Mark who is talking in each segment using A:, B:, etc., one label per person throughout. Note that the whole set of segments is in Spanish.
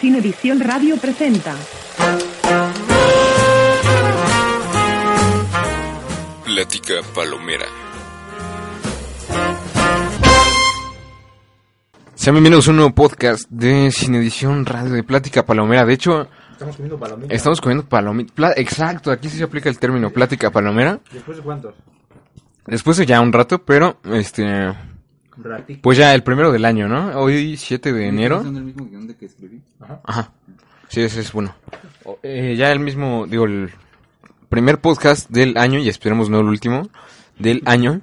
A: Cinevisión Radio presenta
B: Plática Palomera. Sean bienvenidos a un nuevo podcast de Cinedición Radio de Plática Palomera. De hecho,
C: Estamos comiendo palomitas.
B: estamos comiendo palomita. Exacto, aquí sí se aplica el término Plática Palomera.
C: ¿Después de cuántos?
B: Después de ya un rato, pero este.
C: Ratito.
B: Pues ya el primero del año, ¿no? Hoy, 7 de enero.
D: ¿Son el mismo guión de que escribí?
B: Ajá. Sí, ese es bueno. O- eh, ya el mismo, digo, el primer podcast del año, y esperemos no el último, del año.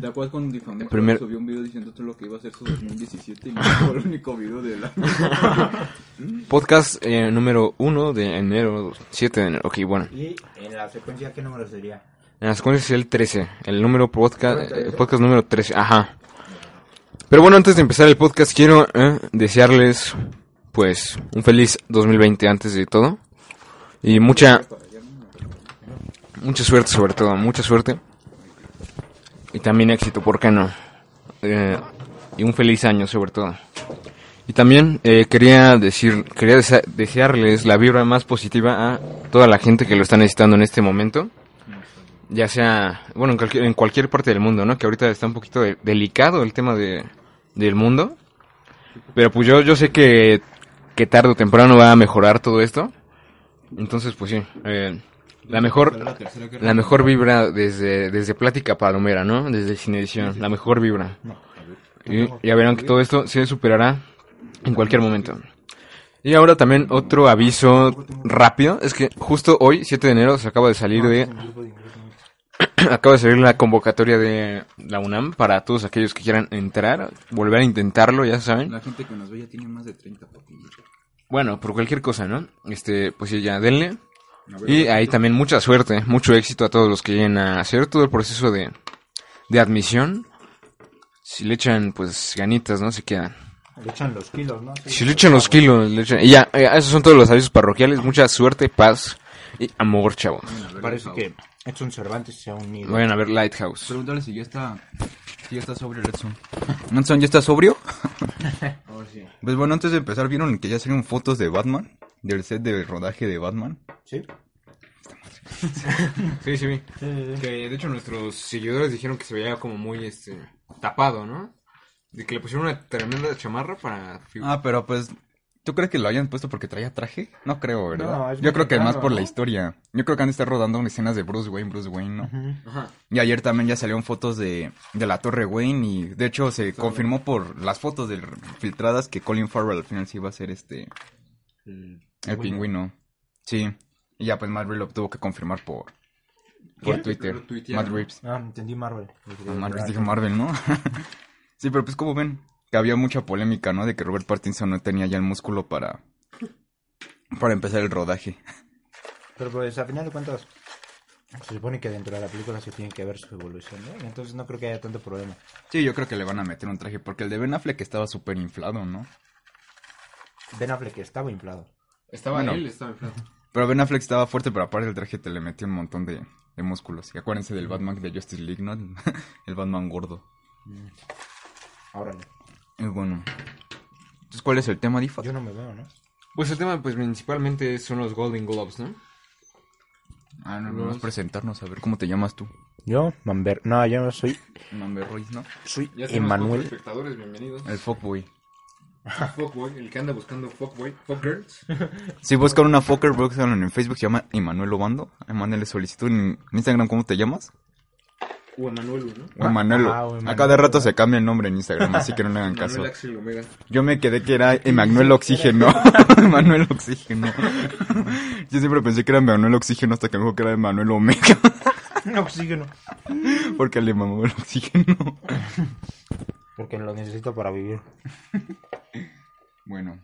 D: La cual con difamé
B: Primer-
D: subió un video diciendo todo lo que iba a hacer su 2017 y no fue el único video del año.
B: Podcast eh, número 1 de enero, 7 de enero. Ok, bueno.
C: Y en la secuencia, ¿qué número sería?
B: En las cuentas es el 13, el número podcast, eh, podcast número 13, ajá. Pero bueno, antes de empezar el podcast quiero eh, desearles pues un feliz 2020 antes de todo. Y mucha mucha suerte sobre todo, mucha suerte. Y también éxito, ¿por qué no? Eh, y un feliz año sobre todo. Y también eh, quería decir, quería desa- desearles la vibra más positiva a toda la gente que lo está necesitando en este momento ya sea, bueno, en cualquier, en cualquier parte del mundo, ¿no? Que ahorita está un poquito de- delicado el tema de, del mundo. Pero pues yo, yo sé que, que tarde o temprano va a mejorar todo esto. Entonces, pues sí. eh, la mejor la mejor vibra desde, desde Plática Palomera, ¿no? Desde Cinedición. La mejor vibra. Y ya verán que todo esto se superará en cualquier momento. Y ahora también otro aviso rápido. Es que justo hoy, 7 de enero, se acaba de salir de Acaba de salir la convocatoria de la UNAM para todos aquellos que quieran entrar, volver a intentarlo, ya saben.
D: La gente que nos ve ya tiene más de 30 papi.
B: Bueno, por cualquier cosa, ¿no? Este, pues sí, ya denle.
D: A ver,
B: Y ahí también mucha suerte, mucho éxito a todos los que lleguen a hacer todo el proceso de, de admisión. Si le echan, pues, ganitas, ¿no? Se quedan.
C: Le echan los kilos, ¿no? Sí.
B: Si le echan los kilos, le echan... Y ya, eh, esos son todos los avisos parroquiales. Mucha suerte, paz y amor, chavos.
C: Parece que es un Cervantes sea un nido.
B: Vayan a ver Lighthouse.
D: Pregúntale si ya está, si ya está sobrio Edson. Edson, ¿ya está sobrio? Pues bueno, antes de empezar, ¿vieron que ya salieron fotos de Batman? Del set de rodaje de Batman.
C: ¿Sí?
B: Sí, sí, vi. Que de hecho nuestros seguidores dijeron que se veía como muy este tapado, ¿no? De que le pusieron una tremenda chamarra para
D: Ah, pero pues, ¿tú crees que lo hayan puesto porque traía traje? No creo, ¿verdad?
C: No, es
D: Yo creo que
C: mexicano,
D: más por
C: ¿no?
D: la historia. Yo creo que han de estar rodando escenas de Bruce Wayne, Bruce Wayne, ¿no?
C: Ah.
B: Ajá.
D: Y ayer también ya salieron fotos de, de la Torre Wayne y de hecho se confirmó por las fotos del- filtradas que Colin Farrell al final sí iba a ser este
C: Mm.
D: el pingüino. Sí. Y ya pues Matt Reeves lo tuvo que confirmar por, por Twitter.
B: Lo tuitearon.
D: Matt Reeves.
C: Ah, entendí Marvel.
D: Ah, Matt Reeves dijo Marvel, ¿no? sí, pero pues como ven, que había mucha polémica, ¿no? De que Robert Pattinson no tenía ya el músculo para para empezar el rodaje.
C: Pero pues a final de cuentas, se supone que dentro de la película se tiene que ver su evolución, ¿no? Entonces no creo que haya tanto problema.
D: Sí, yo creo que le van a meter un traje porque el de Ben Affleck estaba súper inflado, ¿no?
C: Ben Affleck estaba inflado.
B: Estaba
D: Bueno.
B: él, estaba inflado.
D: Pero Ben Affleck estaba fuerte, pero aparte del traje te le metió un montón de, de músculos. Y acuérdense del Batman de Justice League, ¿no? El Batman gordo.
C: Órale.
D: Y bueno. Entonces, ¿cuál es el tema, Difa?
C: Yo no me veo, ¿no?
B: Pues el tema pues principalmente son los Golden Globes, ¿no?
D: Ah, no, vamos a presentarnos, a ver, ¿cómo te llamas tú?
C: Yo, Mamber. No, yo soy.
D: Mambe Ruiz, ¿no?
C: Soy
B: Emanuel.
C: Emanuel.
B: espectadores, bienvenidos.
D: El fuckboy.
B: Fuckboy, el que anda buscando fuckboy, fuckgirls.
D: Si buscan una fucker, búscalo en Facebook, se llama Emanuel Obando. Ahí Mándale solicitud en Instagram, ¿cómo te llamas?
B: O Emanuel, ¿no?
D: O Emanuelo.
C: ah, o Emanuel,
D: A cada rato
C: ¿verdad?
D: se cambia el nombre en Instagram, así que no le hagan caso.
B: Emanuel Axel Omega.
D: Yo me quedé que era Emanuel Oxígeno. Emanuel Oxígeno. Yo siempre pensé que era Emanuel Oxígeno hasta que me dijo que era Emanuel Omega.
C: Oxígeno.
D: Porque le mamó el oxígeno.
C: Porque lo necesito para vivir.
D: Bueno.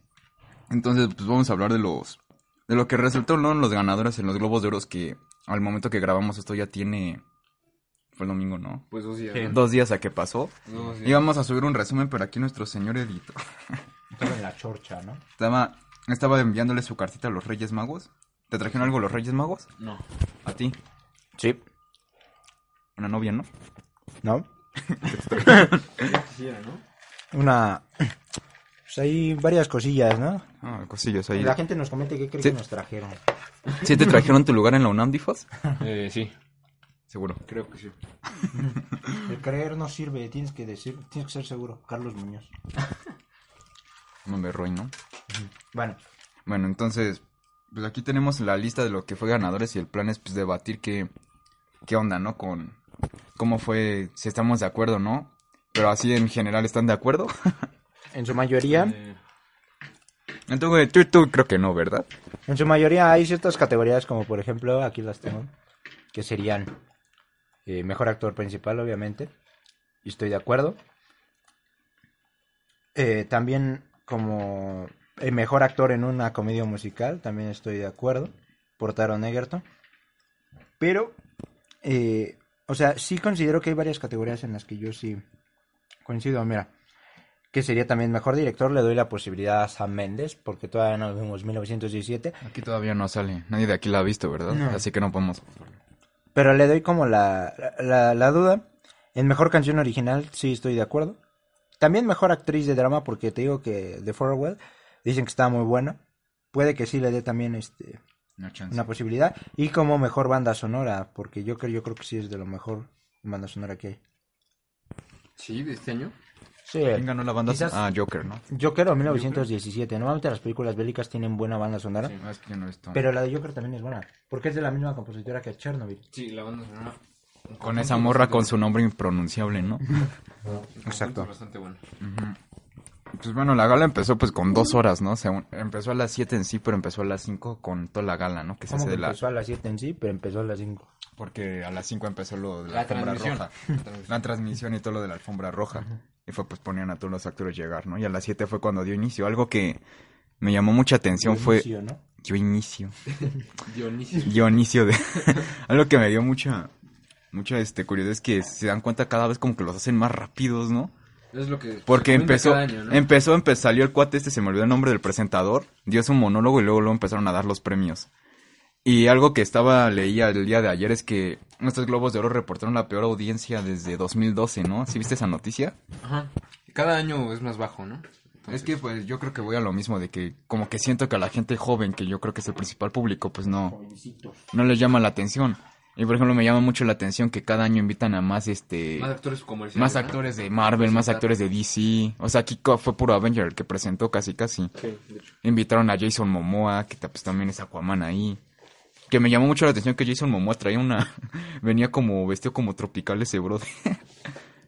D: Entonces, pues vamos a hablar de los de lo que resultaron los ganadores en los Globos de Oro que al momento que grabamos esto ya tiene fue el domingo, ¿no?
B: Pues dos días.
D: Dos días a que pasó.
B: Dos días.
D: Y vamos a subir un resumen, pero aquí nuestro señor editor
C: Estaba en la chorcha, ¿no?
D: estaba estaba enviándole su cartita a los Reyes Magos. ¿Te trajeron algo los Reyes Magos?
B: No.
D: A ti,
C: Sí.
D: una novia, ¿no?
C: ¿No?
B: Quisiera, ¿no?
C: Una... Pues hay varias cosillas, ¿no?
D: Ah, cosillas ahí.
C: La gente nos comente qué cree
D: Sí.
C: que nos trajeron.
D: ¿Sí te trajeron tu lugar en la UNAM, Difos?
B: Eh, sí,
D: Seguro.
B: creo que sí.
C: El creer no sirve, tienes que decir, tienes que ser seguro. Carlos Muñoz.
D: No me roy, ¿no?
C: Bueno,
D: Bueno, entonces, pues aquí tenemos la lista de lo que fue ganadores y el plan es pues debatir qué, qué onda, ¿no? Con cómo fue, si estamos de acuerdo o no. Pero así en general, ¿están de acuerdo?
C: en su mayoría,
B: Eh,
D: Entonces, tú, tú creo que no, ¿verdad?
C: en su mayoría hay ciertas categorías como por ejemplo, aquí las tengo, que serían eh, mejor actor principal, obviamente. Y estoy de acuerdo. Eh, también como el mejor actor en una comedia musical, también estoy de acuerdo, por Taron Egerton. Pero, eh, o sea, sí considero que hay varias categorías en las que yo sí coincido. Mira, que sería también mejor director, le doy la posibilidad a Sam Mendes, porque todavía no vimos 1917,
D: Aquí todavía no sale, nadie de aquí la ha visto, ¿verdad?
C: No.
D: Así que no podemos.
C: pero le doy como la, la, la duda. En mejor canción original, sí estoy de acuerdo. También mejor actriz de drama, porque te digo que The Farewell dicen que está muy buena. Puede que sí le dé también este
D: No chance.
C: una posibilidad. Y como mejor banda sonora, porque yo creo, yo creo que sí es de lo mejor banda sonora que hay.
B: sí, de este año.
C: Sí,
D: ¿Quién ganó la banda?
C: Quizás-
D: Ah, Joker, ¿no?
C: Joker o 1917. Normalmente las películas bélicas tienen buena banda sonora.
D: Ah, es que yo no he visto.
C: Pero la de Joker también es buena, porque es de la misma compositora que Chernobyl.
B: Sí, la banda sonora.
D: Con esa morra con su nombre impronunciable, ¿no?
C: Exacto.
B: Bastante bueno.
D: Pues bueno, la gala empezó pues con dos horas, ¿no? Se- empezó a las 7 en sí, pero empezó a las 5 con toda la gala, ¿no? Que se
C: Como
D: hace
C: que
D: de la...
C: empezó a las 7 en sí, pero empezó a las 5.
D: Porque a las 5 empezó lo de la,
B: La
D: alfombra
B: transmisión.
D: roja.
B: La transmisión.
D: La transmisión y todo lo de la alfombra roja. Y fue pues ponían a todos los actores llegar, ¿no? Y a las 7 fue cuando dio inicio. Algo que me llamó mucha atención fue...
C: Inicio, ¿no?
D: Dio inicio.
B: Dionisio.
D: Dio inicio de... Algo que me dio mucha... Mucha este, curiosidad es que se dan cuenta cada vez como que los hacen más rápidos, ¿no?
B: Es lo que. se
D: Porque
B: comenta
D: empezó,
B: cada año, ¿no?
D: empezó, empe- salió el cuate este, se me olvidó el nombre del presentador, dio su monólogo y luego luego empezaron a dar los premios. Y algo que estaba, leía el día de ayer es que estos Globos de Oro reportaron la peor audiencia desde 2012, ¿no? ¿Sí viste esa noticia?
B: Ajá. Cada año es más bajo, ¿no?
D: Es que pues yo creo que voy a lo mismo, de que como que siento que a la gente joven, que yo creo que es el principal público, pues no, no les llama la atención. Y por ejemplo me llama mucho la atención que cada año invitan a más este...
B: Más actores comerciales.
D: Más
B: ¿no?
D: actores de Marvel, más actores de DC. O sea, aquí co- fue puro Avenger el que presentó casi casi.
B: Sí, de hecho.
D: Invitaron a Jason Momoa, que ta- pues, también es Aquaman ahí. Que me llamó mucho la atención que Jason Momoa traía una... Venía como vestido como tropical ese bro.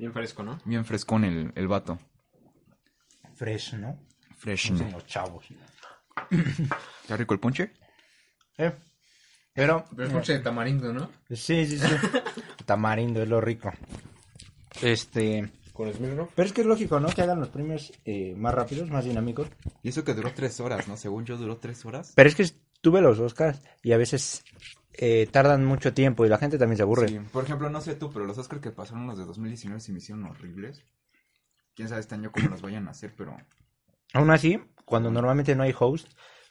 B: Bien fresco, ¿no?
D: Bien frescón el, el vato.
C: Fresh, ¿no?
D: Fresh.
C: Son los chavos.
D: ¿Está rico el ponche?
C: Eh, Pero, eh,
B: Pero es mucho de tamarindo, ¿no?
C: sí, sí, sí. Tamarindo es lo rico. Este.
B: Con esmirro.
C: Pero es que es lógico, ¿no? Que hagan los premios eh, más rápidos, más dinámicos.
D: Y eso que duró tres horas, ¿no? Según yo duró tres horas.
C: Pero es que tuve los Oscars y a veces eh, tardan mucho tiempo y la gente también se aburre.
D: Sí, Por ejemplo, no sé tú, pero los Oscars que pasaron los de 2019 se me hicieron horribles. Quién sabe este año cómo los vayan a hacer, pero...
C: Aún así, cuando normalmente no hay host,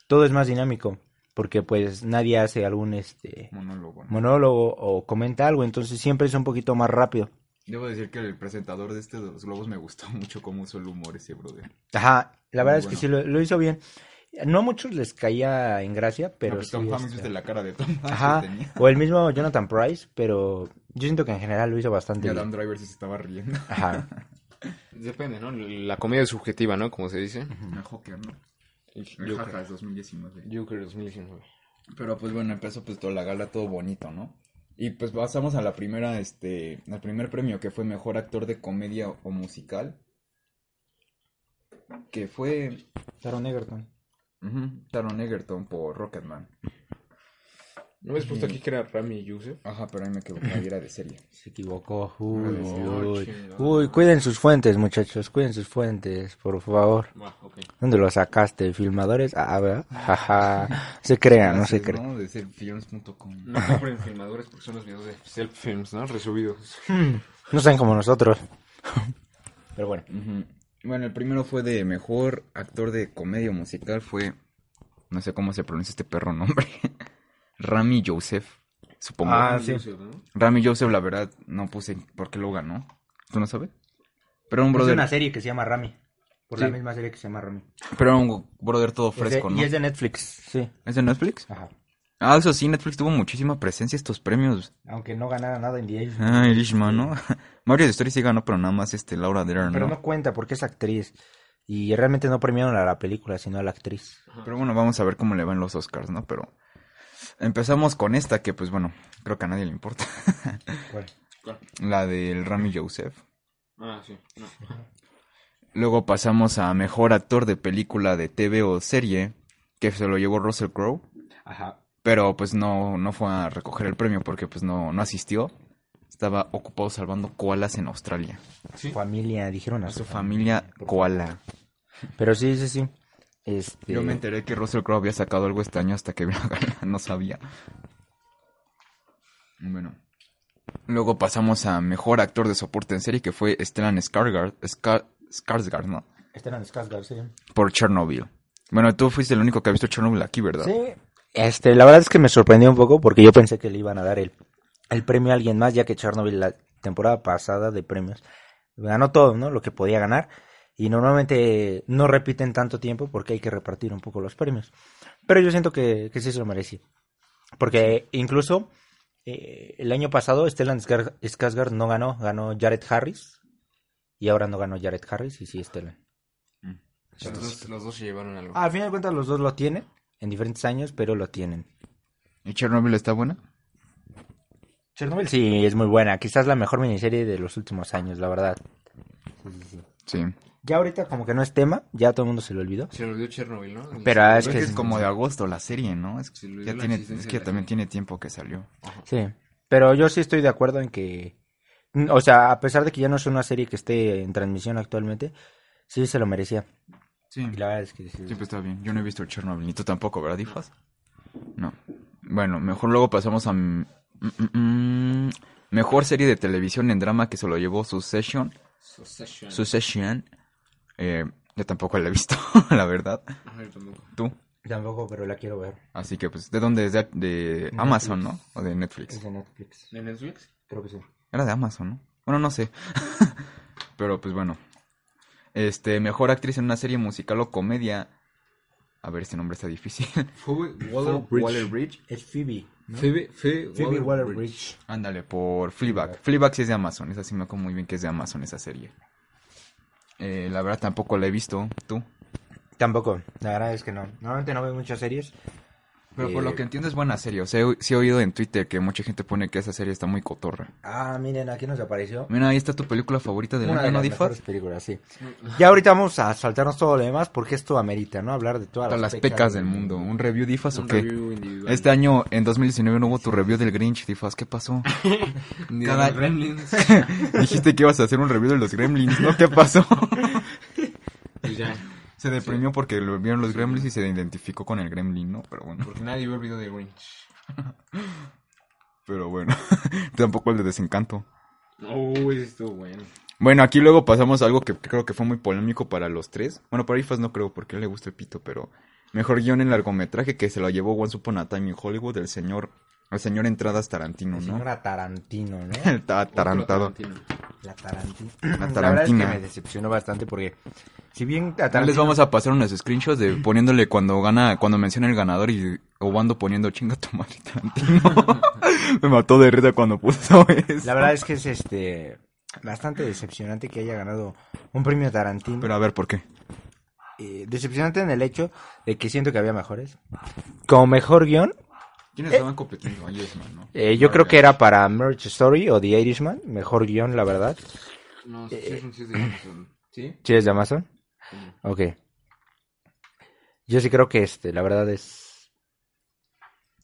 C: todo es más dinámico. Porque pues nadie hace algún este
D: Monólogo. ¿no?
C: monólogo o comenta algo, entonces siempre es un poquito más rápido.
D: Debo decir que el presentador de este de los globos me gustó mucho cómo usó el humor ese brother.
C: Ajá, la verdad
D: Muy
C: es que
D: bueno.
C: sí lo, lo hizo bien. No a muchos les caía en gracia, pero
D: No, pues,
C: sí,
D: Tom Hanks,
C: este,
D: viste la cara de Tom Hanks
C: Ajá,
D: que tenía.
C: o el mismo Jonathan Price, pero yo siento que en general lo hizo
D: Y
C: bastante
D: Adam
C: bien.
D: Driver sí se estaba riendo.
C: Ajá.
B: Depende, ¿no? La comedia es subjetiva, ¿no? Como se dice.
D: Una Joker, ¿no? El
B: Joker.
D: Jajas 2019.
B: Joker 2019.
D: Pero pues bueno, empezó pues toda la gala, todo bonito, ¿no? Y pues pasamos a la primera, este, al primer premio que fue Mejor Actor de Comedia o Musical. Que fue
C: Taron Egerton.
D: ujú, Taron Egerton por Rocketman.
B: ¿No habías puesto aquí que era Rami Youssef?
D: Ajá, pero ahí me equivoqué, ahí era de serie.
C: Se equivocó. Uy,
B: Oh,
C: uy.
B: chingada.
C: Uy, cuiden sus fuentes, muchachos. Cuiden sus fuentes, por favor.
B: Ah, ok.
C: ¿Dónde lo sacaste? ¿Filmadores? Ah, ¿verdad? Jaja. Se crean, Ah, no se
D: Así es,
C: crean.
D: ¿no? De serfilms.com.
B: No compren filmadores porque son los videos de self-films, ¿no? Resubidos.
C: No sean como nosotros. Pero bueno.
D: Ujú. Bueno, el primero fue de mejor actor de comedia musical. Fue. No sé cómo se pronuncia este perro nombre. Rami Joseph, supongo.
C: Ah, sí.
B: Youssef, ¿no?
D: Rami Joseph, la verdad, no puse por qué lo ganó. ¿Tú no sabes? Pero un
C: Es
D: brother.
C: una serie que se llama Rami. Por la
D: Sí.
C: misma serie que se llama Rami.
D: Pero un brother
C: Y
D: todo
C: es de-
D: fresco,
C: Y
D: ¿no?
C: es de Netflix, sí.
D: ¿Es de Netflix?
C: Ajá.
D: Ah, eso sí, Netflix tuvo muchísima presencia estos premios.
C: Aunque no ganara nada en The Age.
D: Ah, Irishman, ¿no? Mario de Story sí ganó, pero nada más este Laura Dern,
C: Pero
D: ¿no?
C: no cuenta porque es actriz. Y realmente no premiaron a la película, sino a la actriz.
D: Pero bueno, vamos a ver cómo le van los Oscars, ¿no? Pero empezamos con esta que, pues bueno, creo que a nadie le importa. La del Rami Joseph.
B: Ah, sí. No.
D: Luego pasamos a Mejor Actor de Película de TV o Serie, que se lo llevó Russell Crowe.
C: Ajá.
D: Pero pues no, no fue a recoger el premio porque pues no, no asistió. Estaba ocupado salvando koalas en Australia.
B: Sí.
C: Familia, dijeron a
D: A su
C: su
D: familia koala.
C: Pero sí, sí, sí. Este...
D: Yo me enteré que Russell Crowe había sacado algo este año hasta que vi la gala, no sabía. Bueno. Luego pasamos a mejor actor de soporte en serie que fue Stellan Skarsgård, Ska- Skarsgård, ¿no?
C: Esteban Skarsgård, sí.
D: Por Chernobyl. Bueno, tú fuiste el único que ha visto Chernobyl aquí, ¿verdad?
C: Sí. Este, la verdad es que me sorprendió un poco porque yo pensé que le iban a dar el, el premio a alguien más, ya que Chernobyl la temporada pasada de premios ganó todo, ¿no? Lo que podía ganar. Y normalmente no repiten tanto tiempo porque hay que repartir un poco los premios. Pero yo siento que, que sí se lo merecía. Porque incluso eh, el año pasado Stellan Skar- Skarsgård no ganó, ganó Jared Harris. Y ahora no ganó Jared Harris y sí Stellan.
B: Los dos, los dos se llevaron algo.
C: A fin de cuentas los dos lo tienen, en diferentes años, pero lo tienen.
D: ¿Y Chernobyl está buena?
C: Chernobyl sí es muy buena, quizás la mejor miniserie de los últimos años, la verdad.
D: Sí.
C: Ya ahorita como que no es tema, ya todo el mundo se lo olvidó.
B: Se lo dio Chernobyl, ¿no?
C: Pero
D: Pero
C: ah,
D: Es que es
C: es-
D: como de agosto la serie, ¿no? Es,
B: Se le dio
D: ya
B: la
D: tiene,
B: asistencia
D: es que
B: de-
D: también tiene tiempo que salió.
C: Sí, pero yo sí estoy de acuerdo en que, mm, o sea, a pesar de que ya no es una serie que esté en transmisión actualmente, sí se lo merecía.
D: Sí.
C: Y la verdad es que sí.
D: Siempre está bien. Yo no he visto Chernobyl, ni tú tampoco, ¿verdad, Difas? No. Bueno, mejor luego pasamos a... mm, mm, mm, mejor serie de televisión en drama que se lo llevó Succession.
B: Succession.
D: Succession. Eh, yo tampoco la he visto, la verdad.
B: Ajá, yo tampoco.
D: Tú.
C: Tampoco, pero la quiero ver.
D: Así que, pues, ¿de dónde? es? De, de Amazon, ¿no? O de Netflix.
C: Es de Netflix,
B: ¿De Netflix?
C: creo que sí.
D: Era de Amazon, ¿no? Bueno, no sé. Pero, pues, bueno. Este, mejor actriz en una serie musical o comedia. A ver, este nombre está difícil.
B: Phoebe
D: Bridge.
C: Es Phoebe.
B: Phoebe, Phoebe,
C: Phoebe
B: Waller-Bridge.
C: Waller-Bridge.
D: Ándale, por Fleabag. Fleabag sí es de Amazon. Esa sí me acuerdo muy bien que es de Amazon, esa serie. Eh, la verdad tampoco la he visto. ¿Tú?
C: Tampoco, la verdad es que no. Normalmente no veo muchas series.
D: Pero por
C: Eh,
D: lo que entiendo es buena serie. O sea, he- sí he oído en Twitter que mucha gente pone que esa serie está muy cotorra.
C: Ah, miren, aquí nos apareció
D: Mira, ahí está tu película favorita del
C: Una
D: año,
C: de
D: ¿no,
C: las
D: Difas?
C: mejores películas, sí. Ya ahorita vamos a saltarnos todo lo demás porque esto amerita, ¿no? Hablar de todas
D: Todas
C: las,
D: las pecas del mundo. ¿Un review, Difas, o
B: Un
D: qué?
B: review individual.
D: Este año, en 2019, no hubo tu review del Grinch, Difas. ¿Qué pasó?
B: Ni de
D: cada-
B: los Gremlins.
D: Dijiste que ibas a hacer un review de los Gremlins, ¿no? ¿Qué pasó?
B: Y Pues ya.
D: se deprimió porque lo vieron los Gremlins y se identificó con el Gremlin, ¿no? Pero bueno.
B: Porque nadie vio el video de Grinch.
D: Pero bueno, tampoco el de desencanto.
B: Oh, ese estuvo bueno.
D: Bueno, aquí luego pasamos a algo que creo que fue muy polémico para los tres. Bueno, para Ifas no creo porque a él le gusta el pito, pero mejor guión en largometraje que se lo llevó Once Upon a Time in Hollywood, el señor, el señor Entradas Tarantino,
C: El
D: ¿no?
C: señor pues, Tarantino, ¿no?
D: El ta-
B: Tarantado.
D: atarantado.
C: La Tarantino.
D: Tarantina.
C: La verdad es que me decepcionó bastante porque si bien a
D: Ahora les
C: Tarantino-
D: vamos a pasar unos screenshots de poniéndole cuando gana, cuando menciona el ganador y Obando poniendo chinga tu madre Tarantino. Me mató de risa cuando puso eso.
C: La verdad es que es este bastante decepcionante que haya ganado un premio Tarantino.
D: Pero a ver, ¿por qué?
C: Eh, decepcionante en el hecho de que siento que había mejores. Como mejor guión,
D: ¿Quiénes estaban compitiendo? Ahí es, man, ¿no?
C: eh, yo creo que era para Marriage Story o The Irishman. Mejor guión, la verdad.
B: No, Succession sí es de Amazon. ¿Sí?
C: ¿Sí es de Amazon? Ok. Yo sí creo que este, la verdad es.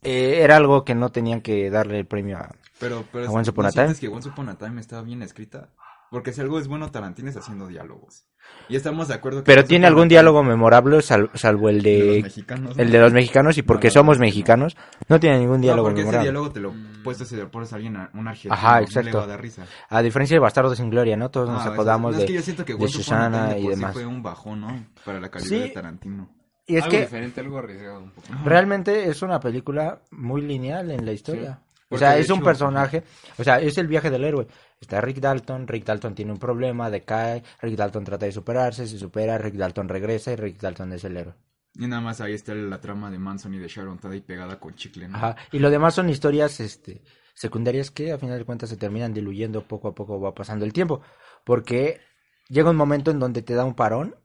C: eh, era algo que no tenían que darle el premio a...
D: Pero, pero
C: ¿A
D: es-
C: Once Upon
D: ¿no
C: a Time?
D: sientes que Once Upon a Time está bien escrita? Porque si algo es bueno, Tarantino es haciendo diálogos. Y estamos de acuerdo que...
C: Pero
D: Once
C: tiene
D: Upon a
C: algún
D: Time-
C: diálogo memorable, sal- salvo el
D: de los
C: de...
D: mexicanos,
C: El
D: ¿no?
C: de los mexicanos y porque
D: No, no,
C: somos
D: no.
C: mexicanos, no tiene ningún
D: No,
C: diálogo
D: porque ese
C: memorable. Mm.
D: diálogo te lo puesto si le pones a alguien, a un argentino,
C: Ajá,
D: no
C: exacto.
D: le va a dar risa.
C: A diferencia de Bastardos sin Gloria, ¿no? Todos
D: Ah,
C: nos
D: eso-
C: acordamos
D: no,
C: de,
D: es que yo siento que
C: de
D: Once Upon a Time
C: Susana
D: de
C: y
D: por sí
C: demás.
D: fue un bajón, ¿no? Para la calidad
C: Sí.
D: de Tarantino.
C: Y es
B: algo
C: que
B: diferente, algo arriesgado un poco.
C: realmente es una película muy lineal en la historia. O
D: Porque,
C: sea,
D: de
C: es un
D: hecho,
C: personaje, o sea, es el viaje del héroe. Está Rick Dalton, Rick Dalton tiene un problema, decae, Rick Dalton trata de superarse, se supera, Rick Dalton regresa y Rick Dalton es el héroe.
D: Y nada más ahí está la trama de Manson y de Sharon Tate pegada con chicle, ¿no?
C: Ajá. Y lo demás son historias este, secundarias que a final de cuentas se terminan diluyendo poco a poco, va pasando el tiempo. Porque llega un momento en donde te da un parón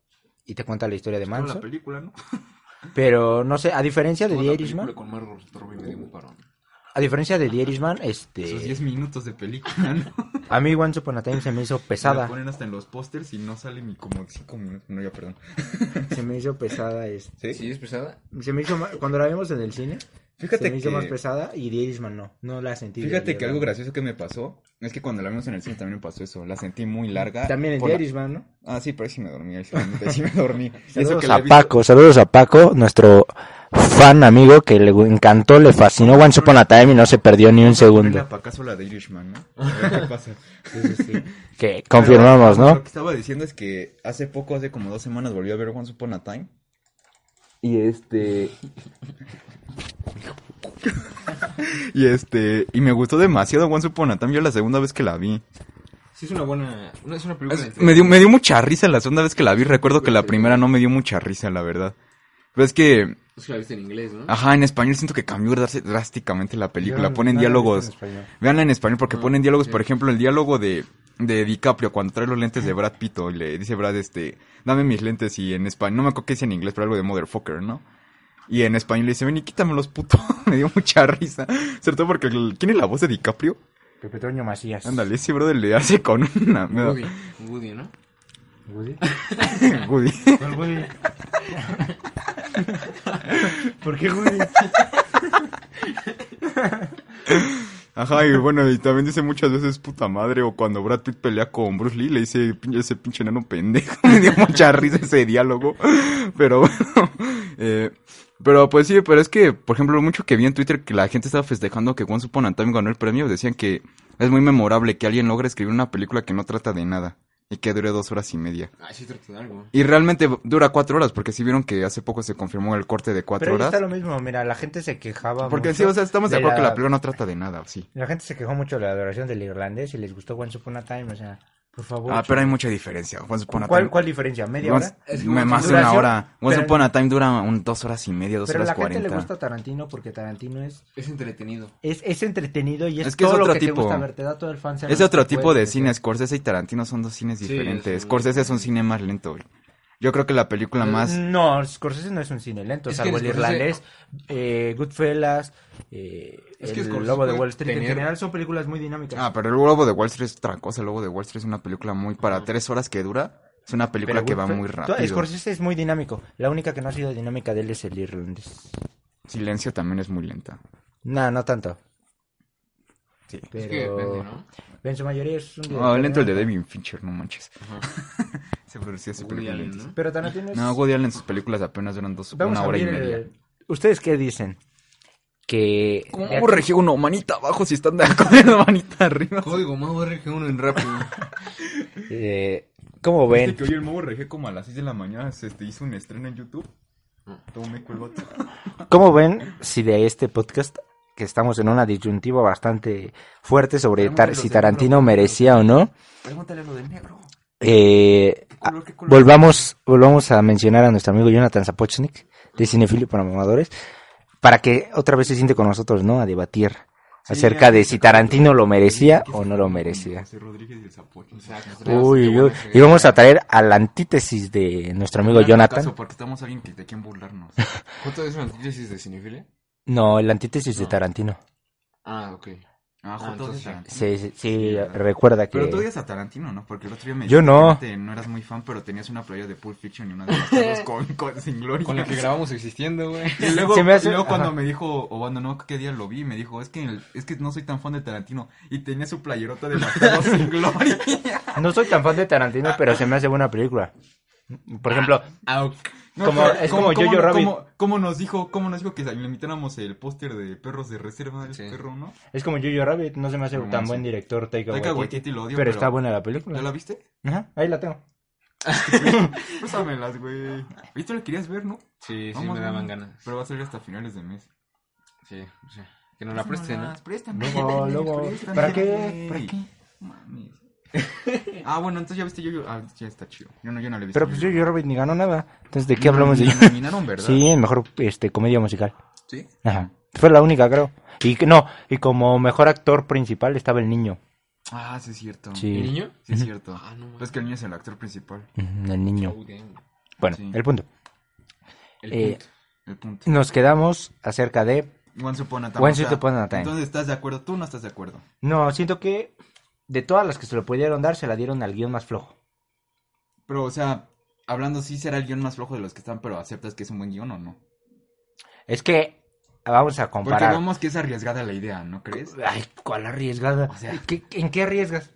C: y te cuenta la historia de
D: Como la
C: Manson.
D: película, ¿no?
C: Pero no sé, a diferencia de
B: Como
C: The
B: la
C: Irishman,
B: película con Margot Robbie me dio un parón.
C: a diferencia de The Irishman,
D: Esos
C: este,
D: 10 minutos de película, ¿no?
C: a mí Once Upon a Time se me hizo
D: La
C: pesada.
D: ponen hasta en los pósters y no sale ni como 5 minutos. No, ya, perdón.
C: Se me hizo pesada este.
D: ¿Sí?
B: ¿Sí es pesada?
C: Se me hizo ma- cuando la vimos en el cine,
D: Fíjate
C: se me hizo
D: que-
C: más pesada y The Irishman no, no la sentí. de
D: Fíjate que
C: verdad.
D: algo gracioso que me pasó es que cuando la vimos en el cine también me pasó eso. La sentí muy larga.
C: También en
D: por
C: The
D: la-
C: Irishman, ¿no?
D: Ah, sí, pero ahí sí me dormí. Ahí sí, ahí sí me dormí. Y eso
C: Saludos
D: que la
C: a
D: he visto-
C: Paco, saludos a Paco, nuestro fan amigo que le encantó, le fascinó Once Upon a Time y no se perdió ni un
D: Ponle
C: segundo.
D: a Pacaso la de Irishman, ¿no? A ver qué pasa.
C: Que confirmamos,
D: Pero, Lo
C: ¿no?
D: que estaba diciendo es que hace poco, hace como dos semanas, volví a ver Once Upon a Time.
B: Y este...
D: Y este, y me gustó demasiado Once Upon a Time. Yo la segunda vez que la vi.
B: Sí es una buena... no, es una película...
D: Es-
B: entre-
D: me, dio, me dio mucha risa la segunda vez que la vi. Recuerdo que la primera no me dio mucha risa, la verdad. Pero es que,
B: Es que la viste en inglés, ¿no?
D: ajá, en español siento que cambió dras- drásticamente la película.
C: Yo
D: ponen
C: no la he
D: diálogos.
C: visto en español.
D: Veanla en español porque
B: Ah,
D: ponen diálogos.
B: sí.
D: Por ejemplo, el diálogo de, de DiCaprio cuando trae los lentes de Brad Pitt y le dice Brad, este, dame mis lentes y en español, no me acuerdo que dice en inglés, pero algo de motherfucker, ¿no? Y en español le dice, ven y quítamelos, puto. me dio mucha risa. Sobre todo porque, el- ¿quién es la voz de DiCaprio?
C: Pepe Toño Macías.
D: Ándale, ese brother le hace con una... me da-
B: Woody, Woody, ¿no?
C: Woody.
D: Woody.
C: ¿Cuál Woody? ¿Por qué Woody?
D: Ajá, y bueno, y también dice muchas veces puta madre, o cuando Brad Pitt pelea con Bruce Lee, le dice "Pin- ese pinche enano pendejo. Me dio mucha risa ese diálogo. Pero bueno, eh, pero pues sí, pero es que, por ejemplo, lo mucho que vi en Twitter que la gente estaba festejando que Once Upon a Time ganó el premio, decían que es muy memorable que alguien logre escribir una película que no trata de nada y que dure dos horas y media.
B: Ah, sí trata de algo.
D: Y realmente dura cuatro horas, porque sí vieron que hace poco se confirmó el corte de cuatro
C: Pero ahí
D: horas.
C: está lo mismo, mira, la gente se quejaba
D: Porque
C: mucho
D: sí, o sea, estamos de acuerdo que la
C: la-
D: película no trata de nada, sí.
C: La gente se quejó mucho de la adoración del irlandés y les gustó Once Upon a Time, o sea, por favor.
D: Ah, pero hay mucha diferencia. Once Upon a Time-
C: ¿Cuál, ¿Cuál diferencia? ¿Media
D: Once-
C: hora?
B: Es
D: me-
B: como
D: más de una
C: duración,
D: hora. Once
C: pero-
D: Upon a Time dura un, dos horas y media, dos
C: Pero a
D: horas
C: la gente
D: cuarenta.
C: le gusta Tarantino porque Tarantino es
B: Es entretenido.
C: Es, es entretenido y es,
D: Es que es
C: todo lo
D: otro
C: que
D: tipo.
C: te gusta ver, te da todo el fan
D: Es otro tipo de cine. Scorsese y Tarantino son dos cines
B: Sí,
D: diferentes.
B: es un-
D: Scorsese es un cine más lento. güey. Yo creo que la película
C: Mm.
D: más...
C: No, Scorsese no es un cine lento,
B: Es que
C: salvo el
B: Scorsese-
C: irlandés, eh, Goodfellas, eh,
B: Es que
C: El
B: Scorsese
C: Lobo de
B: puede
C: Wall Street. En
B: tener-
C: general son películas muy dinámicas.
D: Ah, pero El Lobo de Wall Street es otra cosa. El Lobo de Wall Street es una película muy... Para tres horas que dura, es una
C: Pero
D: película que va
C: Goodfe-
D: muy
C: to-
D: rápido.
C: Scorsese es muy dinámico. La única que no ha sido dinámica de él es el irlandés.
D: Silencio también es muy lenta.
C: No, no tanto.
D: Sí.
C: Pero
B: Es que depende, ¿no?
C: en su mayoría es un
D: No,
C: director
D: lento el de
C: dinámico.
D: David Fincher, no manches. Se producía esa
B: Woody
D: película
B: Allen,
D: lentísima.
C: Pero Tarantino es...
D: No, Woody Allen sus películas apenas duran dos,
C: Vamos
D: una
C: a
D: hora y
C: abrir el-
D: media.
C: ¿Ustedes qué dicen? Que...
D: ¿Cómo regió uno? Manita abajo si están de acuerdo, manita arriba.
B: Código más URG uno en rápido.
C: eh, ¿Cómo ven?
D: Este que hoy el Mobo Regé como a las 6 de la mañana se este, hizo un estreno en YouTube.
C: Mm.
D: Tome cuelgo
C: ¿Cómo ven si de este podcast, que estamos en una disyuntiva bastante fuerte sobre
D: Pregúntale
C: tar-
D: los
C: si
D: de
C: Tarantino
D: negro,
C: merecía o no,
D: Pregúntale lo del negro.
C: eh, a-
D: color, qué color?
C: volvamos, volvamos a mencionar a nuestro amigo Jonathan Zapochnik, de Cinefilio para Mamadores, para que otra vez se siente con nosotros, ¿no? A debatir acerca de si Tarantino lo merecía o no lo merecía.
D: José Rodríguez y el Zapote.
C: Uy, uy, uy. Y vamos a traer a la antítesis de nuestro amigo Jonathan.
D: porque estamos alguien que, de quien burlarnos.
B: ¿Cuánto es una antítesis de cinefile?
C: No, la antítesis de
B: No.
C: Tarantino.
B: Ah, ok.
D: Ah,
B: Ah,
D: justo
B: entonces,
D: Tarantino.
C: Sí, sí, sí, recuerda que...
D: Pero tú odias a Tarantino, ¿no? Porque el otro día me
C: Yo
D: dijiste
C: no.
D: que no eras muy fan, pero tenías una playa de Pulp Fiction y una de las dos con, con- sin gloria.
B: Con la que grabamos existiendo, güey.
D: Y luego,
C: Se me hace-
D: y luego cuando
C: ajá.
D: me dijo, o cuando no, qué día lo vi, me dijo, es que, el- es que no soy tan fan de Tarantino. Y tenía su playerota de Bastardos sin Gloria.
C: No soy tan fan de Tarantino, pero se me hace buena película. Por ejemplo,
D: Au. No,
C: Como-
D: pero
C: es
D: ¿cómo-
C: como
D: cómo-
C: Jojo Rabbit.
D: cómo- cómo nos dijo, cómo nos dijo que le imitáramos el póster de Perros de Reserva del
B: Sí.
D: perro, no?
C: es como Jojo Rabbit, no se me hace
D: No,
C: tan
D: sí.
C: buen director Taika
D: Taika
C: Waititi,
D: Waititi lo odio,
C: pero,
D: pero-
C: está buena la película.
D: ¿Ya la viste?
C: Ajá, ahí la tengo.
D: Pásamelas, güey. Y tú la querías ver, ¿no?
B: Sí, sí,
D: Vamos,
B: me daban
D: güey.
B: ganas.
D: Pero va a salir hasta finales de mes.
B: Sí, sí. Que nos la presten, ¿no?
D: Las préstame.
C: Luego, luego,
D: préstame,
C: ¿para qué?
D: güey.
C: ¿Para qué?
D: Mames. ah, bueno, entonces ya viste yo, yo ah, ya está chido. Yo no, yo no le he visto.
C: Pero pues
D: Yo-Yo.
C: Jojo Rabbit ni ganó nada. Entonces, ¿de qué hablamos?
D: La
C: De...
D: nominaron, ¿verdad?
C: Sí, mejor este, comedia musical.
D: ¿Sí?
C: Ajá. Fue la única, creo. Y que- no, y como mejor actor principal estaba el niño.
D: Ah, sí es cierto.
C: Sí.
B: ¿El niño?
D: Sí es cierto.
B: Ah, no,
D: es que el niño es el actor principal.
C: Ujú, El niño.
B: Oh, damn.
C: Bueno,
D: Sí.
C: el punto.
B: El
C: Eh,
B: punto.
D: El punto.
C: Nos quedamos acerca de...
D: Once Upon a Time.
C: Once
D: O sea,
C: Upon a Time.
D: Entonces, ¿estás de acuerdo? Tú no estás de acuerdo.
C: No, siento que de todas las que se lo pudieron dar, se la dieron al guión más flojo.
D: Pero, o sea, hablando, sí será el guión más flojo de los que están, pero ¿aceptas que es un buen guión o no?
C: Es que vamos a
D: Porque
C: comparar.
D: vemos que es arriesgada la idea, ¿no crees?
C: Ay, ¿cuál arriesgada?
D: O sea-
C: ¿Qué- ¿En qué arriesgas?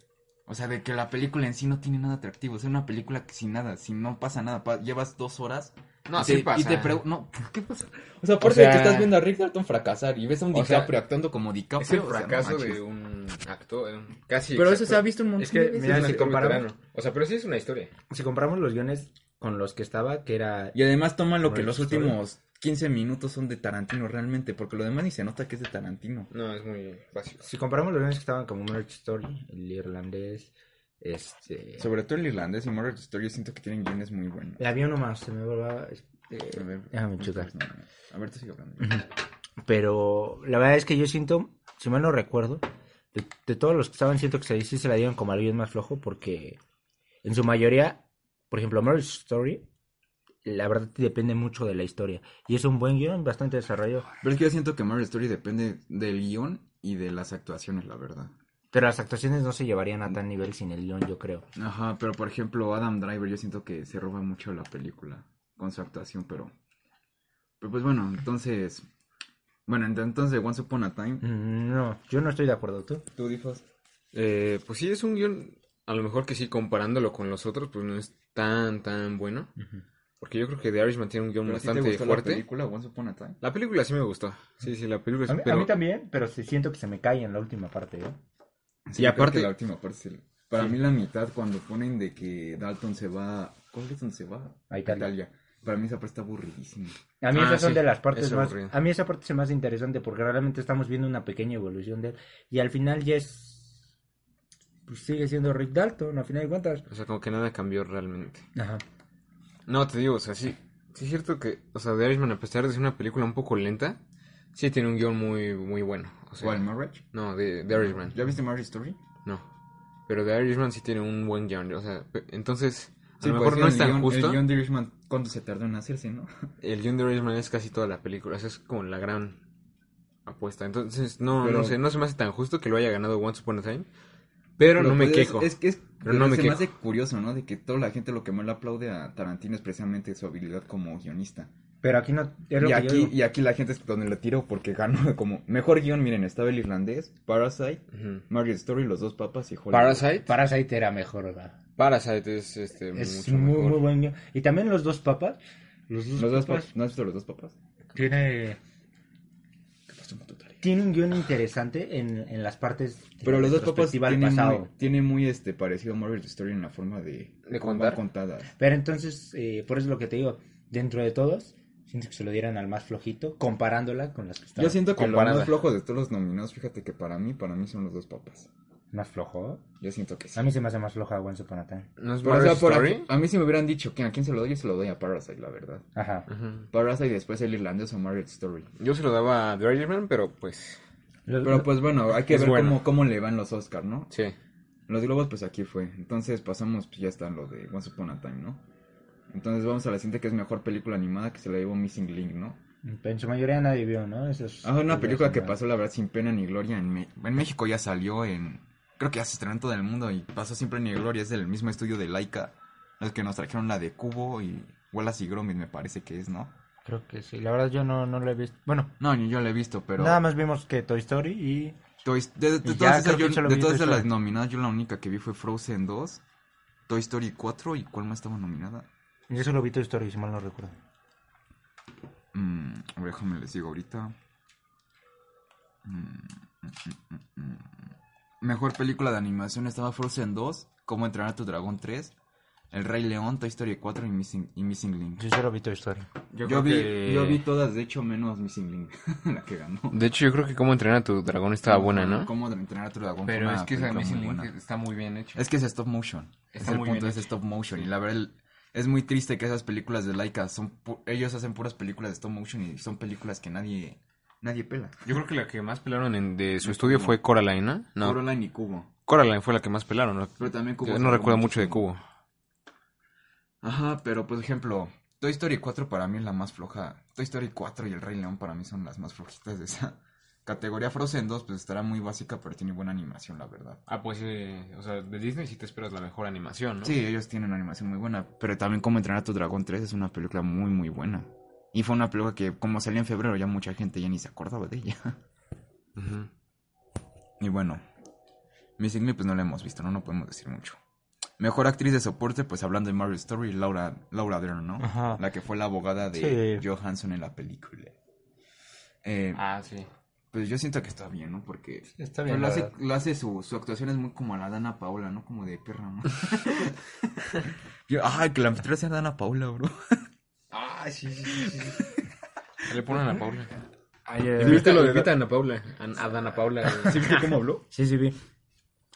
D: O sea, de que la película en sí no tiene nada atractivo. Es una película que sin nada, si no pasa nada, pa- llevas dos horas.
B: No,
D: y
B: sí
D: te,
B: pasa.
D: Y te pregu- no, ¿qué pasa? O sea, aparte
B: sea-
D: de que estás viendo a Rick Dalton fracasar y ves a un
B: O sea,
D: DiCaprio actuando como DiCaprio.
B: Es el
D: o sea, no
B: fracaso
D: manches.
B: de un actor. eh, Casi.
D: Pero
B: exacto.
D: eso se ha visto un montón
B: Es que,
D: de veces.
B: mira,
D: Es
B: si
D: una-
B: comparamos. O sea, pero sí es una historia.
C: Si compramos los guiones con los que estaba, que era...
D: Y además toman lo que
C: Correcto,
D: los
C: está bien.
D: últimos 15 minutos son de Tarantino realmente, porque lo demás ni se nota que es de Tarantino.
B: No, es muy fácil.
C: Si compramos los guiones que estaban como Marriage Story, el irlandés, este...
D: Sobre todo el irlandés y Marriage Story, yo siento que tienen guiones muy buenos.
C: había uno más, se me volaba... este,
D: A ver, pues,
C: déjame checar.
D: A ver, te sigo hablando.
C: Pero la verdad es que yo siento, si mal no recuerdo, de, de todos los que estaban, siento que se, sí se la dieron como alguien más flojo porque en su mayoría, por ejemplo, Marriage Story, la verdad depende mucho de la historia. Y es un buen guión, bastante desarrollado.
D: Pero es que yo siento que Marriage Story depende del guión y de las actuaciones, la verdad.
C: Pero las actuaciones no se llevarían a tal nivel sin el guión, yo creo.
D: Ajá, pero por ejemplo, Adam Driver, yo siento que se roba mucho la película con su actuación, pero. Pero pues bueno, entonces. Bueno, ent- entonces, Once Upon a Time.
C: Mm, No, yo no estoy de acuerdo, ¿tú?
D: Tú dices.
B: Eh, pues sí, es un guión. A lo mejor que sí, comparándolo con los otros, pues no es tan, tan bueno. Porque yo creo que The Irishman tiene un guión
D: ¿Pero sí
B: Mm,
D: te
B: bastante
D: gustó la
B: fuerte.
D: película Once Upon a Time?
B: La película sí me gustó. Sí, sí, la película sí. Pues, pero-
C: también, pero siento que se me cae en la última parte. ¿eh?
D: Sí,
B: Y
D: yo creo que
B: aparte-
D: la última parte. sí. Para mí, la mitad, cuando ponen de que Dalton se va. ¿Cuál Dalton se va?
C: A Italia.
D: Para mí, esa parte está aburridísima.
C: A mí
B: Ah,
C: esas son
B: sí,
C: de las partes
B: es
C: más...
B: aburrido.
C: A mí esa parte es más interesante porque realmente estamos viendo una pequeña evolución de él. Y al final ya es... Pues sigue siendo Rick Dalton, al final de cuentas.
B: O sea, como que nada cambió realmente.
C: Ajá.
B: No, te digo, o sea, sí. Sí es cierto que, o sea, The Irishman, a pesar de ser una película un poco lenta, sí tiene un guión muy, muy bueno. O sea,
D: ¿Cuál, Marriage?
B: No, de, The Irishman.
D: ¿Ya viste Marriage Story?
B: No. Pero The Irishman sí tiene un buen guión. O sea, pe- entonces, a
D: Sí,
B: lo mejor
D: pues, sí,
B: no
D: el
B: es tan
D: guión-
B: justo.
D: El guión de Irishman, ¿cuánto se tardó en hacerse, no?
B: El guión de Irishman es casi toda la película. O sea, es como la gran apuesta. Entonces, no,
D: Pero-
B: no sé, no se me hace tan justo que lo haya ganado Once Upon a Time. Pero, no me
D: pues,
B: quejo.
D: Es, es que es-
B: Pero no me
D: se
B: quejo.
D: me hace curioso, ¿no? De que toda la gente lo que más le aplaude a Tarantino es precisamente su habilidad como guionista.
C: Pero aquí no... Es lo que
D: Y
C: yo
D: aquí,
C: digo.
D: y aquí la gente es donde le tiro porque ganó como mejor guión. Miren, estaba el irlandés, Parasite,
B: Ujú.
D: Margaret Story, Los Dos Papas y Hollywood.
B: Parasite.
C: Parasite era mejor, ¿verdad?
B: Parasite es este,
C: Es
B: mucho
C: muy,
B: mejor.
C: muy buen guión. Y también Los Dos Papas. Los Dos,
D: Los dos
C: Papas
D: papas. ¿No has visto Los Dos Papas?
C: tiene...
D: ¿Qué pasó con tu tarea?
C: Tiene un guión interesante en, en las partes... de
D: Pero
C: la
D: Los Dos Papas
C: retrospectiva al
D: tiene muy,
C: pasado.
D: tiene muy este, parecido a Margaret Story en la forma de,
B: ¿De
D: cómo
B: contar?
D: van contadas.
C: Pero entonces, eh, por eso es lo que te digo, dentro de todos, siento que se lo dieran al más flojito, comparándola con las que estaban.
D: Yo siento que
B: Comparada.
D: lo más flojo de todos los nominados, fíjate que para mí, para mí son Los Dos Papas.
C: ¿Más flojo?
D: Yo siento que sí.
C: A mí se me hace más floja Once Upon a Time.
B: ¿No es
D: Pero, o sea,
B: Marriage
D: por
B: Story?
D: aquí- a mí si me hubieran dicho que a quién se lo doy, yo se lo doy a Parasite, la verdad.
C: Ajá.
B: Ujú.
D: Parasite y después el irlandés o Marriage Story.
B: Yo se lo daba a The Irishman, pero pues.
D: Pero pues bueno, hay que
B: Es
D: ver
B: bueno.
D: cómo, cómo le van los Oscars, ¿no?
B: Sí.
D: Los globos, pues aquí fue. Entonces pasamos, pues ya está lo de Once Upon a Time, ¿no? Entonces vamos a la siguiente que es mejor película animada que se la llevó Missing Link, ¿no?
C: pues, En su mayoría nadie vio, ¿no? Esa es
D: Ah, una
C: la
D: película que
C: original.
D: pasó, la verdad, sin pena ni gloria. En, Me- en México ya salió en... Creo que ya se estrenó en todo el mundo y pasó sin pena ni gloria. Es del mismo estudio de Laika. Los que nos trajeron la de Cubo y Wallace y Gromit, me parece que es, ¿no?
E: Creo que sí. La verdad yo no, no lo he visto. Bueno,
D: No, ni yo la he visto, pero...
E: nada más vimos que Toy Story y...
D: Toy- de, de- de
E: Y ya,
D: todas,
E: creo
D: esas,
E: que
D: yo-
E: solo
D: de
E: vi
D: todas
E: Toy
D: esas las
E: Story.
D: nominadas, yo la única que vi fue Frozen 2, Toy Story 4 y ¿cuál más estaba nominada?
E: Yo solo vi Toy Story, si mal no recuerdo.
D: Mm, a ver, déjame les digo ahorita. Mm, mm, mm, mm, mm. Mejor película de animación estaba Frozen 2, Cómo entrenar a tu dragón 3, El Rey León, Toy Story 4 y Missing, y Missing Link.
E: Yo solo vi Toy Story.
D: Yo,
B: creo
D: vi,
B: que-
D: yo vi todas, de hecho, menos Missing Link, la que ganó.
B: De hecho, yo creo que cómo entrenar a tu dragón estaba buena, ¿no?
D: Cómo entrenar a tu dragón. fue
B: Pero
D: una
B: es que esa
D: película
B: Missing
D: muy
B: Link
D: buena.
B: está muy bien hecho.
D: Es que es stop motion.
B: Está
D: es el
B: muy
D: punto,
B: bien
D: es
B: hecho.
D: stop motion. Y la verdad, el- es muy triste que esas películas de Laika son. pu- Ellos hacen puras películas de stop motion y son películas que nadie. Nadie pela.
B: Yo creo que la que más pelaron en- de su estudio fue Coraline, ¿no? No,
D: Coraline y Cubo.
B: Coraline fue la que más pelaron. ¿no?
D: Pero también Cubo.
B: Yo
D: sacó
B: no recuerdo mucho de Cubo.
D: Ajá, pero por ejemplo, Toy Story 4 para mí es la más floja. Toy Story 4 y El Rey León para mí son las más flojitas de esa categoría. Frozen 2 pues estará muy básica, pero tiene buena animación, la verdad.
B: Ah, pues, o sea, de Disney sí te esperas la mejor animación, ¿no?
D: Sí, ellos tienen una animación muy buena. Pero también como entrenar a tu dragón 3 es una película muy, muy buena. Y fue una película que como salió en febrero ya mucha gente ya ni se acordaba de ella. Y bueno, Miss Igni pues no la hemos visto, ¿no? No podemos decir mucho. Mejor actriz de soporte, pues hablando de Marvel Story, Laura, Laura Dern, ¿no?
E: Ajá.
D: La que fue la abogada de
E: Sí.
D: Johansson en la película. Eh,
B: Ah, sí.
D: pues yo siento que está bien, ¿no? Porque
E: Está bien.
D: pero lo
E: la
D: hace,
E: verdad.
D: lo hace su, su actuación es muy como a la Dana Paola, ¿no? Como de perra, ¿no? Yo, ay, que la anfitriona sea Dana Paola, bro.
B: Ah, sí, sí, sí. Le ponen a Paula.
E: Ay, eh,
B: invita a Ana Paula. A, Dana Paula.
D: ¿Sí viste cómo habló?
E: Sí, sí, vi.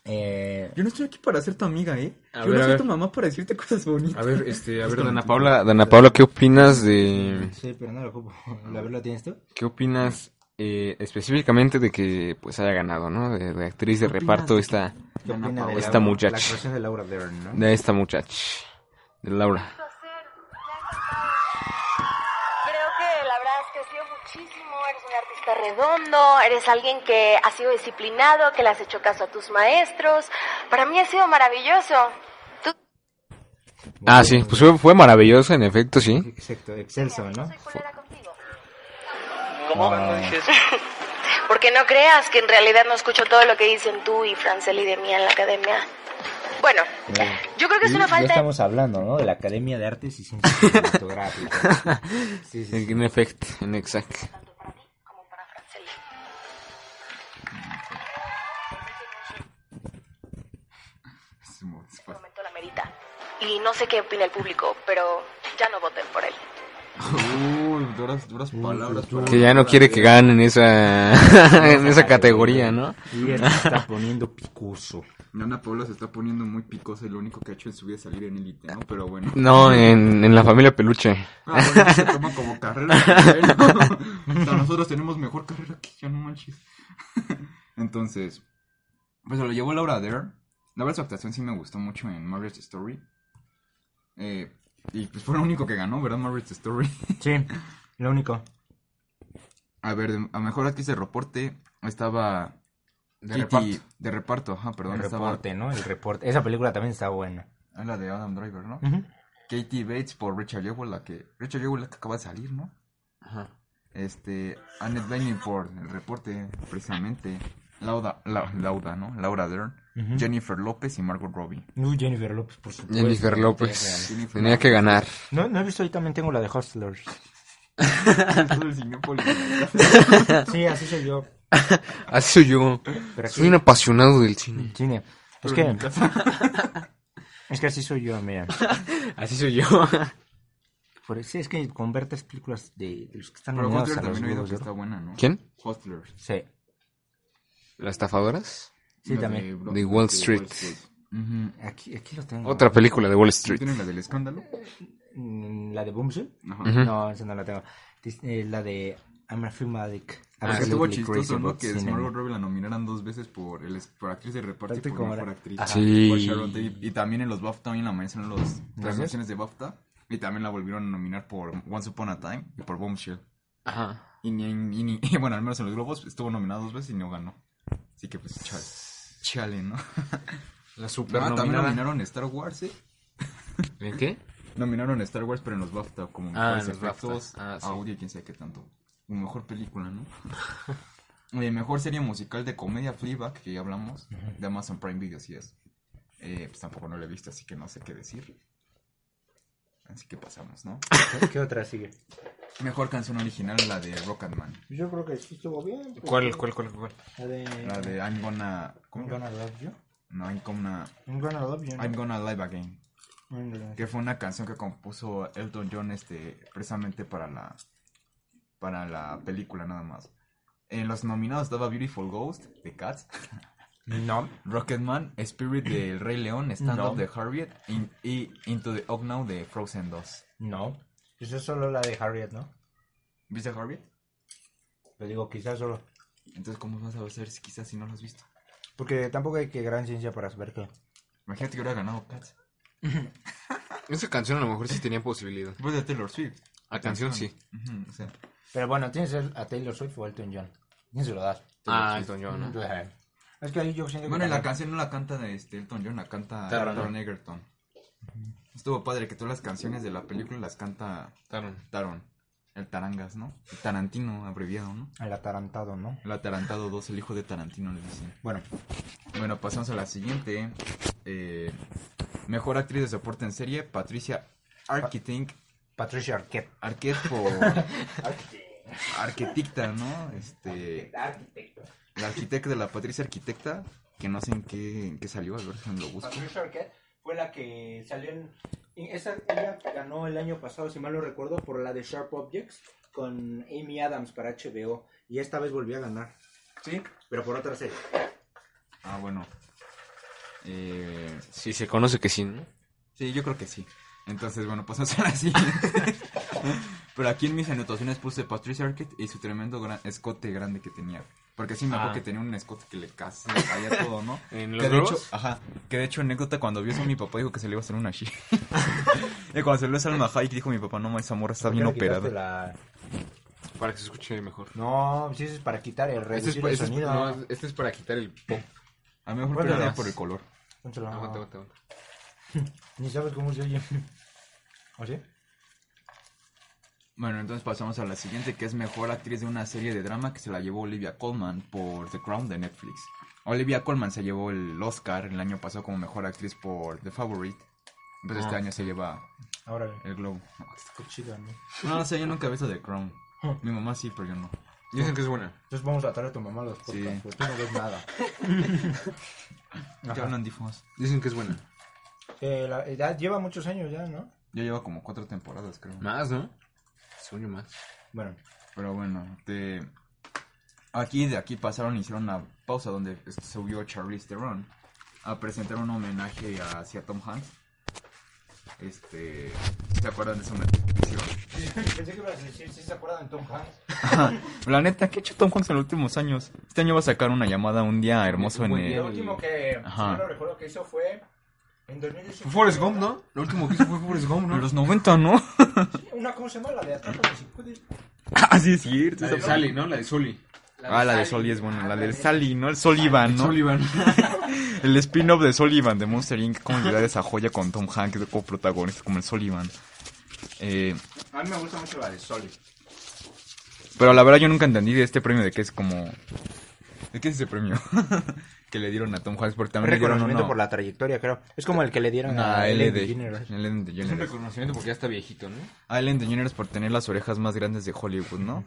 E: Eh,
D: Yo no estoy aquí para ser tu amiga, ¿eh?
B: A
D: Yo
B: ver, a
D: no soy
B: ver.
D: tu mamá para decirte cosas bonitas.
B: A ver, este, a ver, Dana Paula, Dana Paula, ¿qué opinas de,
E: Sí, pero no lo ocupo. ¿La verdad tienes tú?
B: qué opinas eh, específicamente de que pues haya ganado, ¿no? De, de actriz de reparto esta,
E: ¿Qué
D: Dana
E: opina de
D: Paola.
E: Laura-
B: Esta muchacha.
E: La actuación de Laura Dern, ¿no?
B: de esta muchacha, de Laura.
F: Creo que la verdad es que has sido muchísimo, eres un artista redondo, eres alguien que ha sido disciplinado, que le has hecho caso a tus maestros. Para mí ha sido maravilloso. Tú
B: Ah, sí, pues fue, fue maravillosa, en efecto, sí.
E: Exacto, excelso, ¿no?
F: soy culera contigo.
G: ¿Cómo no dices?
F: Porque no creas que en realidad no escucho todo lo que dicen tú y Franceli de mí en la academia. Bueno, yo creo que es una
E: Y
F: falta
E: Ya
F: de
E: estamos hablando, ¿no? De la Academia de Artes y Ciencias Cinematográficas. Sí, sí, sí.
B: En efecto, en exacto.
F: tanto para ti como para Franceli. En este momento la merita. Y no sé qué opina el público, pero ya no voten por él.
D: Uy, duras, duras palabras. para-
B: Que ya no quiere que ganen esa, en esa categoría, ¿no?
E: Y esto se está poniendo picoso.
D: Dana Paola se está poniendo muy picosa y lo único que ha hecho en su vida es salir en élite, ¿no? Pero bueno.
B: No, en, en la familia Peluche.
D: Ah, bueno, se toma como carrera. bueno. O sea, nosotros tenemos mejor carrera que yo, no manches. Entonces, pues se lo llevó Laura Dern. La verdad, su actuación sí me gustó mucho en Marriage Story. Eh, y pues fue lo único que ganó, ¿verdad? Marriage Story.
E: Sí, lo único.
D: A ver, a mejor actriz de reporte estaba.
B: De
D: Kitty-
B: reparto.
D: De reparto, ajá, perdón.
E: El
D: estaba-
E: reporte, ¿no? El reporte. Esa película también está buena.
D: Ah, la de Adam Driver, ¿no?
E: Ujú.
D: Katie Bates por Richard Jewell, la que. Richard Jewell, la que acaba de salir, ¿no?
B: Ajá.
D: Este. Annette Bening por el reporte, precisamente. Lauda, la, Lauda, ¿no? Laura Dern.
E: Ujú.
D: Jennifer López y Margot Robbie.
E: Uh, Jennifer López, por supuesto.
B: Pues, Jennifer López.
D: Jennifer
B: Tenía que ganar.
E: No, no he visto, ahí también tengo la de Hustlers.
D: Todo el Cinépolis.
E: Sí, así soy yo.
B: Así soy yo.
E: Pero
B: Soy un apasionado del cine.
E: Cine. Es que... Es que así soy yo, mira.
B: Así soy yo.
E: Por, sí, es que con ver tres películas de, de los que están
D: Pero
E: nominados
D: Hustler
E: a los
D: también he oído
E: Globos
D: que
E: de
D: está
E: Oro.
D: buena, ¿no?
B: ¿Quién?
D: Hustler.
E: Sí,
B: ¿Las estafadoras?
E: sí, también.
B: De Wall Street.
D: Ujú.
E: Aquí, aquí lo tengo.
B: Otra película de Wall
D: ¿No
B: Street.
D: tienen la del escándalo?
E: Mm, ¿La de Boomsy?
D: Ajá.
B: Ujú.
E: No, esa no la tengo. Dis- eh, la de I'm a Film Addict.
C: Ah,
D: Porque Ah, estuvo
E: Absolutely crazy
D: chistoso, ¿no?
E: about
D: Que
E: cinema.
D: Margot Robbie la nominaran dos veces por, el, por actriz de reparto y
E: Tanto
D: por
E: como
D: mejor
E: la-
D: actriz.
E: Ajá.
B: Sí.
D: Por Sharon Tate. Y también en los BAFTA, también la mencionan en los- las
E: Gracias.
D: nominaciones de BAFTA. Y también la volvieron a nominar por Once Upon a Time y por Bombshell.
B: Ajá.
D: Y, ni, y ni- y bueno, al menos en los globos estuvo nominado dos veces y no ganó. Así que pues chale. Chale, ¿no?
B: La super
D: Ah, también
B: nominada.
D: nominaron a Star Wars, ¿eh?
B: ¿En qué?
D: Nominaron a Star Wars, pero en los BAFTA, como
B: Ah,
D: mejores
B: en los BAFTA.
D: efectos,
B: Ah, sí.
D: audio, quién sabe qué tanto. O mejor película, ¿no? Eh, mejor serie musical de comedia, Fleabag, que ya hablamos, de Amazon Prime Video, así es. Eh, pues tampoco no la he visto, así que no sé qué decir. Así que pasamos, ¿no?
C: ¿Qué- ¿Qué otra sigue?
D: Mejor canción original, la de Rocketman.
C: Yo creo que sí estuvo bien. pues,
B: ¿Cuál, cuál, cuál, cuál?
C: La de...
D: La de I'm gonna... ¿Cómo?
C: I'm gonna love you.
D: No, I'm gonna...
C: I'm gonna love you. ¿no?
D: I'm gonna live again.
C: I'm gonna-
D: que fue una canción que compuso Elton John este precisamente para la para la película nada más. En los nominados estaba Beautiful Ghost de Cats,
C: No.
D: Rocketman, Spirit de El Rey León, Stand
E: No.
D: Up de Harriet in- y Into the Oak Now de Frozen 2.
E: No.
C: Pues es solo la de Harriet, ¿no?
D: ¿Viste Harriet?
C: Lo digo, quizás solo.
D: Entonces, ¿cómo vas a saber si quizás si no lo has visto?
C: Porque tampoco hay que gran ciencia para saber que...
D: Imagínate que hubiera ganado Cats.
B: Esa canción a lo mejor sí tenía posibilidad.
D: Después de Taylor Swift.
B: La canción sí.
D: Ujú, o sea,
E: Pero bueno, tienes a Taylor Swift o Elton John. ¿Quién se lo das?
B: Ah, Elton John. ¿no?
C: Es que ahí yo siento que...
D: Bueno, y la
C: también-
D: canción no la canta de este Elton John, la canta
B: Taron, ¿no?
D: Taron Egerton. Estuvo padre que todas las canciones de la película las canta
B: Taron.
D: Taron. El Tarangas, ¿no? El Tarantino, abreviado, ¿no?
C: El atarantado, ¿no?
D: El Atarantado 2, el hijo de Tarantino, le dicen.
C: Bueno,
D: Bueno, pasamos a la siguiente. Eh, mejor actriz de soporte en serie, Patricia Arquitink.
C: Patricia Arquette.
D: Arquette por... Arquitecta, ¿no? Este... La arquitecta de la Patricia Arquitecta, que no sé en qué, en qué salió, a ver si lo busco.
C: Patricia Arquette fue la que salió en... en Esa, ella ganó el año pasado, si mal no recuerdo, por la de Sharp Objects con Amy Adams para HBO. Y esta vez volvió a ganar. Sí, pero por otra serie.
D: Ah, bueno. Eh,
B: Sí, se conoce que sí, ¿no?
D: sí, yo creo que sí. Entonces, bueno, pues pasamos a la siguiente. Pero aquí en mis anotaciones puse Patricia Arquette y su tremendo gran- escote grande que tenía. Porque sí me acuerdo
B: Ah.
D: que tenía un escote que le casi le caía todo, ¿no?
B: ¿En
D: Que
B: los
D: de
B: globos?
D: hecho- Ajá. Que de hecho, anécdota, cuando vio eso, mi papá dijo que se le iba a hacer una shit. y cuando se lo hizo Salma Hayek, dijo mi papá, no, ma, esa morra está bien operada.
B: Para que se escuche mejor.
C: No, si eso es para quitar el
B: Este es,
C: reducir
B: pa-
C: el
B: este es-
C: sonido.
B: no, este es para quitar el po.
D: A mí mejor
C: Bueno,
D: perdía
C: las-
D: por el color.
C: Pónselo.
B: Aguanta, aguanta, aguanta.
C: Ni sabes cómo se oye. ¿O sí?
D: Bueno, entonces pasamos a la siguiente, que es mejor actriz de una serie de drama que se la llevó Olivia Colman por The Crown de Netflix. Olivia Colman se llevó el Oscar el año pasado como mejor actriz por The Favorite. Entonces este
B: Ah.
D: año se lleva
C: Ahora,
D: el globo.
C: qué chido, ¿no?
D: No, no sé, yo nunca he visto The Crown. Mi mamá sí, pero yo no.
B: Dicen que es buena.
C: Entonces vamos a traer a tu mamá a los podcasts,
D: Sí.
C: porque tú no ves nada.
D: ¿Qué hablan difos?
B: Dicen que es buena.
C: Eh, la- ya lleva muchos años ya, ¿no?
D: Yo llevo como cuatro temporadas, creo.
B: Más, ¿no? Sueño más.
C: Bueno,
D: Pero bueno, te... aquí de aquí pasaron, hicieron una pausa donde subió Charlize Theron a presentar un homenaje hacia Tom Hanks. Este, ¿se acuerdan de ese homenaje que hicieron?
C: pensé que ibas a decir si se acuerdan de Tom Hanks.
D: La neta, ¿qué ha hecho Tom Hanks en los últimos años? Este año va a sacar una llamada un día hermoso en
B: Buen
D: el...
B: día.
C: Lo último que
D: Ajá.
C: si no lo recuerdo que hizo fue en 2018.
B: Forrest Gump, ¿no? Lo último que hizo fue Forrest Gump,
D: En
B: ¿no?
D: los 90, ¿no?
C: Una, ¿cómo se llama? La de Atrapa los Impúdicos.
D: Así Ah, es cierto.
B: La de Sally, ¿no? La de Sully.
D: Ah, la de Soli es buena, la de Sally, ¿no? El Sullivan, ¿no?
B: Sullivan.
D: El spin-off de Sullivan de Monster Inc. ¿Cómo olvidar esa joya con Tom Hanks como protagonista, como el Sullivan? Eh,
C: A mí me gusta mucho la de Soli.
D: pero la verdad yo nunca entendí de este premio de que es como... ¿De qué es ese premio? que le dieron a Tom Hanks porque también le dieron
C: reconocimiento
D: uno- Ah,
C: por la trayectoria, creo. Es como el que le dieron
D: una
C: a
D: Ellen
C: Ellen
D: de-
C: DeGeneres.
D: Ellen
B: Es un
D: DeGeneres.
B: reconocimiento porque ya está viejito, ¿no?
D: A Ellen DeGeneres por tener las orejas más grandes de Hollywood, ¿no?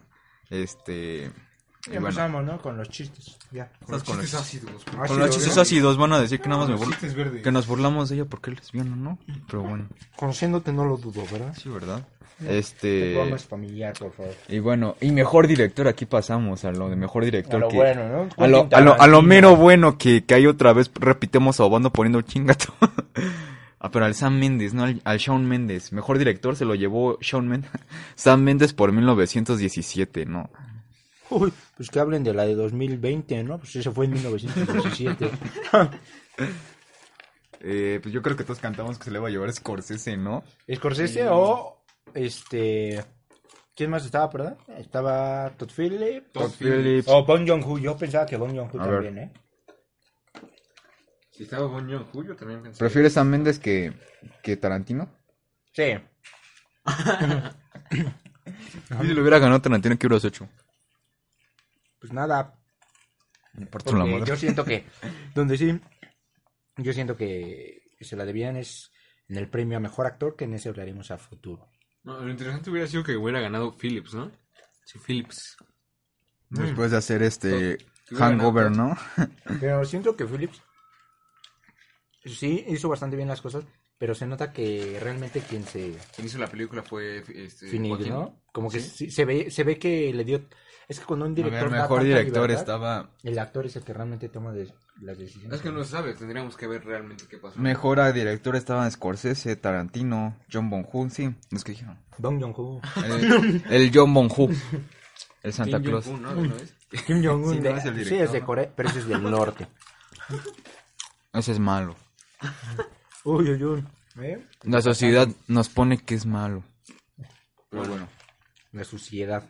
D: Este... y
C: Ya
D: bueno,
C: empezamos, ¿no? Con los chistes. Ya.
D: estás con los
B: Chistes
D: chistes,
B: ácidos.
D: con los chistes ácidos van a decir que nada más me burlo.
B: Chistes verdes.
D: Que nos burlamos de ella porque es lesbiana, ¿no? Pero bueno,
C: Conociéndote no lo dudo, ¿verdad?
D: sí, ¿verdad?
C: Tu
D: Este...
C: alma es familiar, por favor.
D: Y bueno, y mejor director, aquí pasamos a lo de mejor director.
C: A lo
D: que-
C: bueno, ¿no?
D: A lo,
C: Quentin
D: a lo- a lo
C: Tarantino.
D: mero bueno que, que hay otra vez, repitemos a Obando poniendo el chingato. ah, pero al Sam Mendes, no al, al Shawn Mendes. Mejor director se lo llevó Shawn Mendes. Sam Mendes por 1917, ¿no?
C: Uy, pues que hablen de la de 2020, ¿no? Pues ese fue en 1917.
D: Eh, pues yo creo que todos Eh, cantamos que se le va a llevar Scorsese, ¿no?
C: ¿Scorsese o este ¿Quién más estaba, perdón? Estaba Todd Phillips.
D: Todd Phillips.
C: O Bong Joon-ho. Yo pensaba que Bong Joon-ho
D: A
C: también, ¿eh?
B: Si estaba Bon Joon Julio también pensé.
D: ¿Prefieres a Méndez que, que Tarantino?
C: Sí.
D: Y si lo hubiera ganado Tarantino, ¿qué hubieras hecho?
C: Pues nada,
D: Me parto la
C: Porque yo
D: madre.
C: siento que, donde sí, yo siento que se la debían es en el premio a mejor actor, que en ese hablaremos a futuro.
B: No, lo interesante hubiera sido que hubiera ganado Phillips, ¿no? Sí, Phillips.
D: Después de hacer este
B: Yo-
D: Hangover, ¿no?
C: Pero siento que Phillips sí hizo bastante bien las cosas, pero se nota que realmente quien se
B: Quien hizo la película fue este,
C: finir,
B: Joaquín.
C: ¿no? Como que sí, se ve, se ve que le dio. Es que cuando un
D: El
C: director. da
D: mejor
C: tanta
D: director
C: libertad,
D: estaba.
C: El actor es el que realmente toma de- las decisiones.
B: Es que no se sabe, tendríamos que ver realmente qué pasó.
D: Mejor a director estaban Scorsese, Tarantino, John Bonhu, sí, los que dijeron.
C: Bong Joon-ho.
D: El, el John Bonhu. El
B: Kim
D: Santa Claus.
B: Jong-un, ¿no? ¿De una vez?
C: Kim Jong-un.
D: Sí, no
C: de-
D: es el
C: sí,
D: director,
C: es de
D: ¿no?
C: Corea, pero ese es del norte.
D: Ese es malo.
C: Uy, uy, uy. ¿Eh?
D: La sociedad nos pone que es malo. Pero bueno.
C: La suciedad.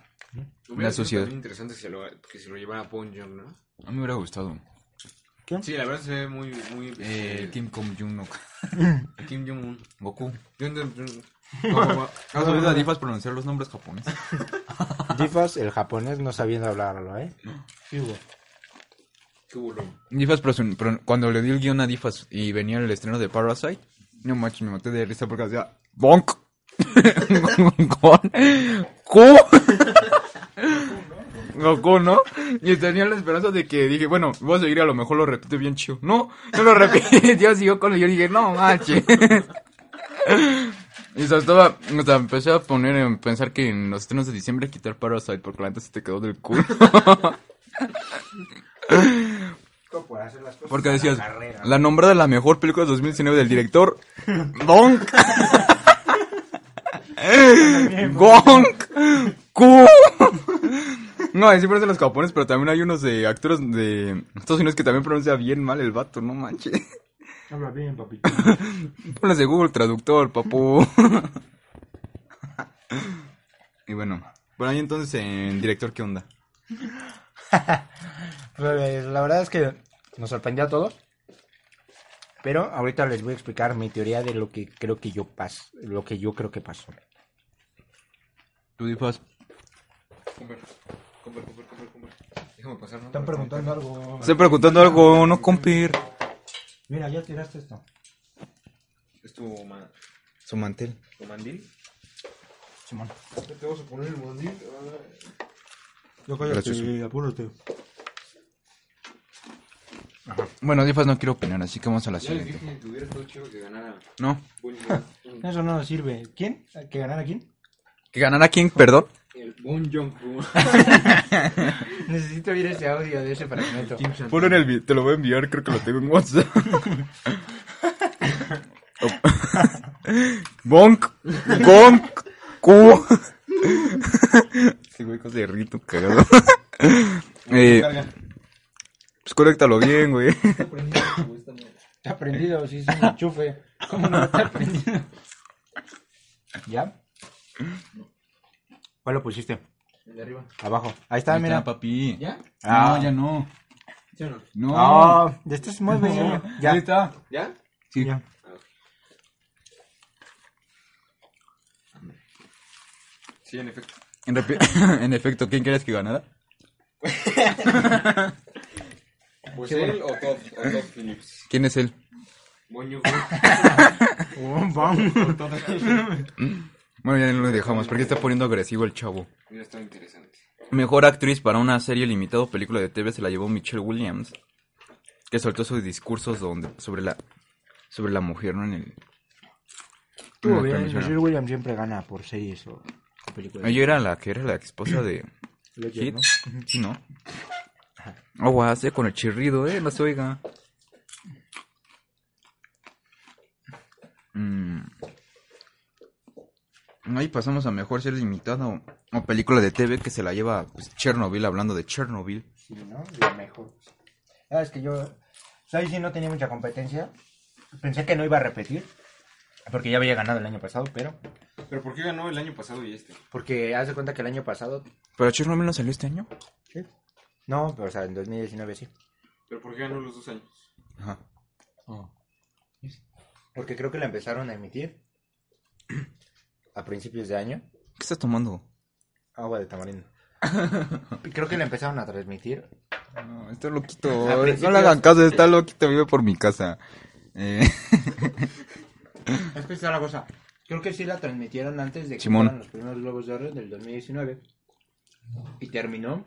B: Hubiera sido
D: sociedad.
B: también interesante si lo- que se lo llevara a Bon Jong, ¿no?
D: A mí me hubiera gustado.
B: Sí, la verdad se ve muy... muy
D: Eh,
B: eh,
D: Kim Kom Jong-un.
B: Kim Jong-un.
D: Goku.
B: Jong- Jong- Jong- Como-
D: ¿Has oído a Difas pronunciar los nombres japoneses?
C: Difas, el japonés, no sabiendo hablarlo, ¿eh?
B: ¿Qué burro?
D: Difas, prosun- pron- cuando le di el guión a Difas y venía el estreno de Parasite, no manches, me maté de risa porque hacía BONK con Q. Goku, ¿no? Y tenía la esperanza de que dije, bueno, voy a seguir, a lo mejor lo repite bien chido. No, no lo repitió, siguió con el guión y dije, no manches. Y o sea, estaba, o sea, empecé a poner en pensar que en los estrenos de diciembre quitar Parasite porque la neta se te quedó del culo. Porque decías, la nombrada la mejor película de 2019 del director, Donk. Gonk. Ku. No, así parecen los japoneses, pero también hay unos de actores de Estados Unidos que también pronuncia bien mal el vato, no manches.
C: Habla bien, papito.
D: Ponles de Google Traductor, papu. Y bueno, por ahí entonces en director, ¿qué onda?
C: Pues, la verdad es que nos sorprendió a todos. Pero ahorita les voy a explicar mi teoría de lo que creo que yo pas lo que yo creo que pasó.
D: Tú dices,
B: Comer, comer, comer, comer, comer. Déjame pasar, ¿no?
C: algo.
D: estoy preguntando algo, no compir.
C: Mira, ya tiraste esto.
B: ¿Es tu, ma-
D: Su mantel.
B: tu mandil?
C: Simón.
B: ¿Te vas a poner el Ah, mandil?
C: Yo
D: Gracias.
C: apúrate.
D: Bueno, Difas no quiero opinar, así que vamos a la
B: Ya les
D: siguiente.
B: dije que hubiera estado chido que ganara
D: No.
B: Bon Jong.
C: Eso no nos sirve. ¿Quién? ¿Que ganara quién?
D: ¿Que ganara quién? Perdón.
B: El Bon Jong.
C: Necesito oír ese audio de ese fragmento.
D: Ponlo en el vi- te lo voy a enviar, creo que lo tengo en WhatsApp. Bonk, gonk, cu. Sí, güey, cosa de rito cagado. Eh, pues conéctalo bien, güey.
C: Está prendido, sí, es un enchufe. ¿Cómo no está prendido? ¿Ya? ¿Cuál lo pusiste?
B: De arriba.
C: Abajo. Ahí está, mira.
D: papi.
C: ¿Ya?
D: Ah, ya no.
B: ¿Sí o no?
D: No.
C: Ah, ya estás muy bien. Ya.
D: Ahí está.
B: ¿Ya?
D: Sí.
C: Ya.
B: Sí, en efecto.
D: En, repi- en efecto, ¿quién crees que ganara?
B: Pues él o Top, o Top Phillips.
D: ¿Quién es él?
B: Bon Jong.
D: Bueno, ya no lo dejamos, porque está poniendo agresivo el chavo.
B: Hubiera estado interesante.
D: Mejor actriz para una serie limitada o película de TV se la llevó Michelle Williams, que soltó sus discursos donde, sobre la sobre la mujer, ¿no? En el, en
C: Estuvo
D: la
C: bien.
D: transmisión.
C: Michelle Williams siempre gana por series o películas.
D: Ella era la que era la esposa de
C: Ledger,
D: Hit,
C: ¿no?
D: sí, ¿no? Agua hace con el chirrido, eh, no se oiga. Mm. Ahí pasamos a mejor serie limitada o, o película de TV que se la lleva pues, Chernobyl, hablando de Chernobyl.
C: Sí, ¿no? De mejor. Ah, es que yo. o sea, ahí sí no tenía mucha competencia. Pensé que no iba a repetir. Porque ya había ganado el año pasado, pero.
B: ¿Pero por qué ganó el año pasado y este?
C: Porque hace cuenta que el año pasado.
D: ¿Pero Chernobyl no salió este año?
C: No, pero, o sea, en 2019 sí.
B: ¿Pero por qué ganó los dos años?
D: Ajá.
C: Porque creo que la empezaron a emitir a principios de año.
D: ¿Qué estás tomando?
C: Agua de tamarindo. creo que la empezaron a transmitir.
D: No, está loquito.
C: A
D: No
C: principios-
D: le hagan caso, está loquito, vive por mi casa. Eh,
C: Es que está la cosa. Creo que sí la transmitieron antes de que
D: Simón.
C: fueran los primeros Globos de Oro del 2019. Y terminó.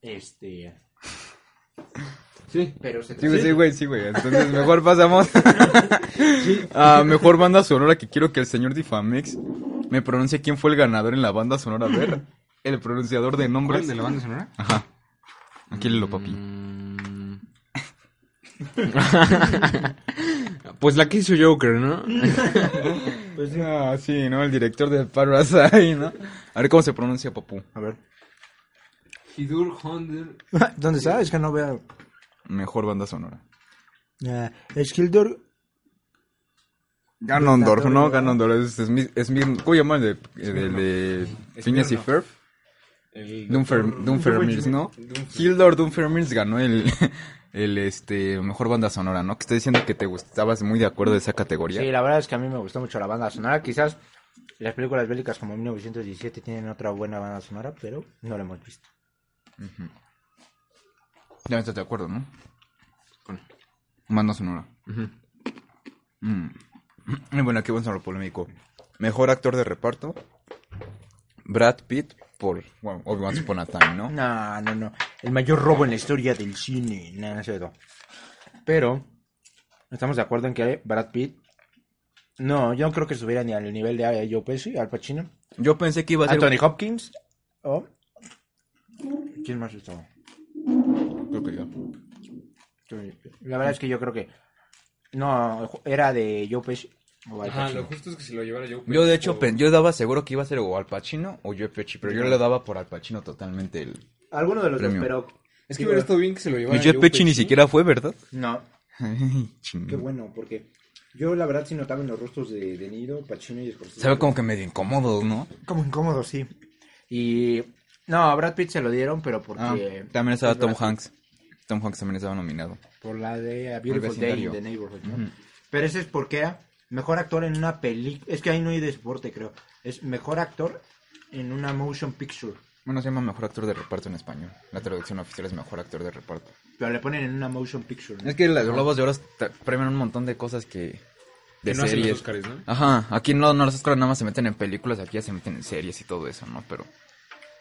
C: Este. Sí. Pero se
D: sí, güey, sí, güey, sí, güey. Entonces, mejor pasamos a mejor banda sonora que quiero que el señor Difamex me pronuncie quién fue el ganador en la banda sonora. A ver, el pronunciador de nombres.
B: de la banda Mm. sonora?
D: Ajá. Aquí lo papi.
B: pues la que hizo Joker, ¿no?
D: Pues ah, sí, ¿no? El director de Parasite, ¿no? A ver cómo se pronuncia, papu.
C: A ver.
B: Hidur Honder.
H: ¿Dónde está? Es que no veo.
D: Mejor banda sonora.
H: Skildor.
D: Ganondorf, ¿no?
H: Ganondorf.
D: Ganondorf. Es Smith, Smith, ¿Cómo llama el de, el de Phineas y Ferb? Dunfer- Dunfermils, ¿no? Hildor Dunfermils ganó el, el este, mejor banda sonora, ¿no? Que está diciendo que te gustabas muy de acuerdo de esa
C: Sí,
D: categoría.
C: la verdad es que a mí me gustó mucho la banda sonora. Quizás las películas bélicas como 1917 tienen otra buena banda sonora, pero no la hemos visto.
D: Ya estás de acuerdo, ¿no? Banda sonora. Mm. Bueno, aquí vamos a lo polémico. Mejor actor de reparto. Brad Pitt por bueno, Obi Once Upon a Time, ¿no?
C: No, no, no. El mayor robo en la historia del cine. No, no es cierto. Pero, estamos de acuerdo en que Brad Pitt. No, yo no creo que estuviera ni al nivel de E, Joe Pesci, Al Pacino,
D: Yo pensé que iba a ser
C: Anthony Hopkins. O... ¿Quién más estaba?
D: Creo que yo.
C: La verdad es que yo creo que. No, era de Joe Pesci. O Al Pacino.
B: justo es que se lo llevara Joker.
D: Yo de hecho pen- yo daba seguro que iba a ser o Al Pacino o Joe Pesci, pero yo le daba por Al Pacino totalmente el.
C: Alguno de los
D: Premio.
C: dos, pero.
B: Es que hubiera estado bien que se lo
D: Y
B: llevara
D: Pues Joe Pesci ni siquiera fue, ¿verdad?
C: No, qué bueno, porque yo la verdad sí notaba en los rostros de De Niro, Pacino y Scorsese.
D: Se ve como que medio incómodo, ¿no?
C: Como incómodo, sí. Y. No, a Brad Pitt se lo dieron, pero porque.
D: Ah, también estaba
C: por
D: Tom
C: Brad-
D: Hanks. Tom Hanks también estaba nominado.
C: Por la de A Beautiful Day
D: vecindario.
C: y The Neighborhood, ¿no? Pero ese es porque era mejor actor en una película. Es que ahí no hay de soporte, creo. Es mejor actor en una motion picture.
D: Bueno, se llama mejor actor de reparto en español. La traducción oficial es mejor actor de reparto.
C: Pero le ponen en una motion picture. ¿no?
D: Es que los Globos de Oro tra- premian un montón de cosas que. De
B: Que no hacen los Óscares, ¿no?
D: Ajá, aquí no, no los Oscars nada más se meten en películas, aquí ya se meten en series y todo eso, ¿no? Pero.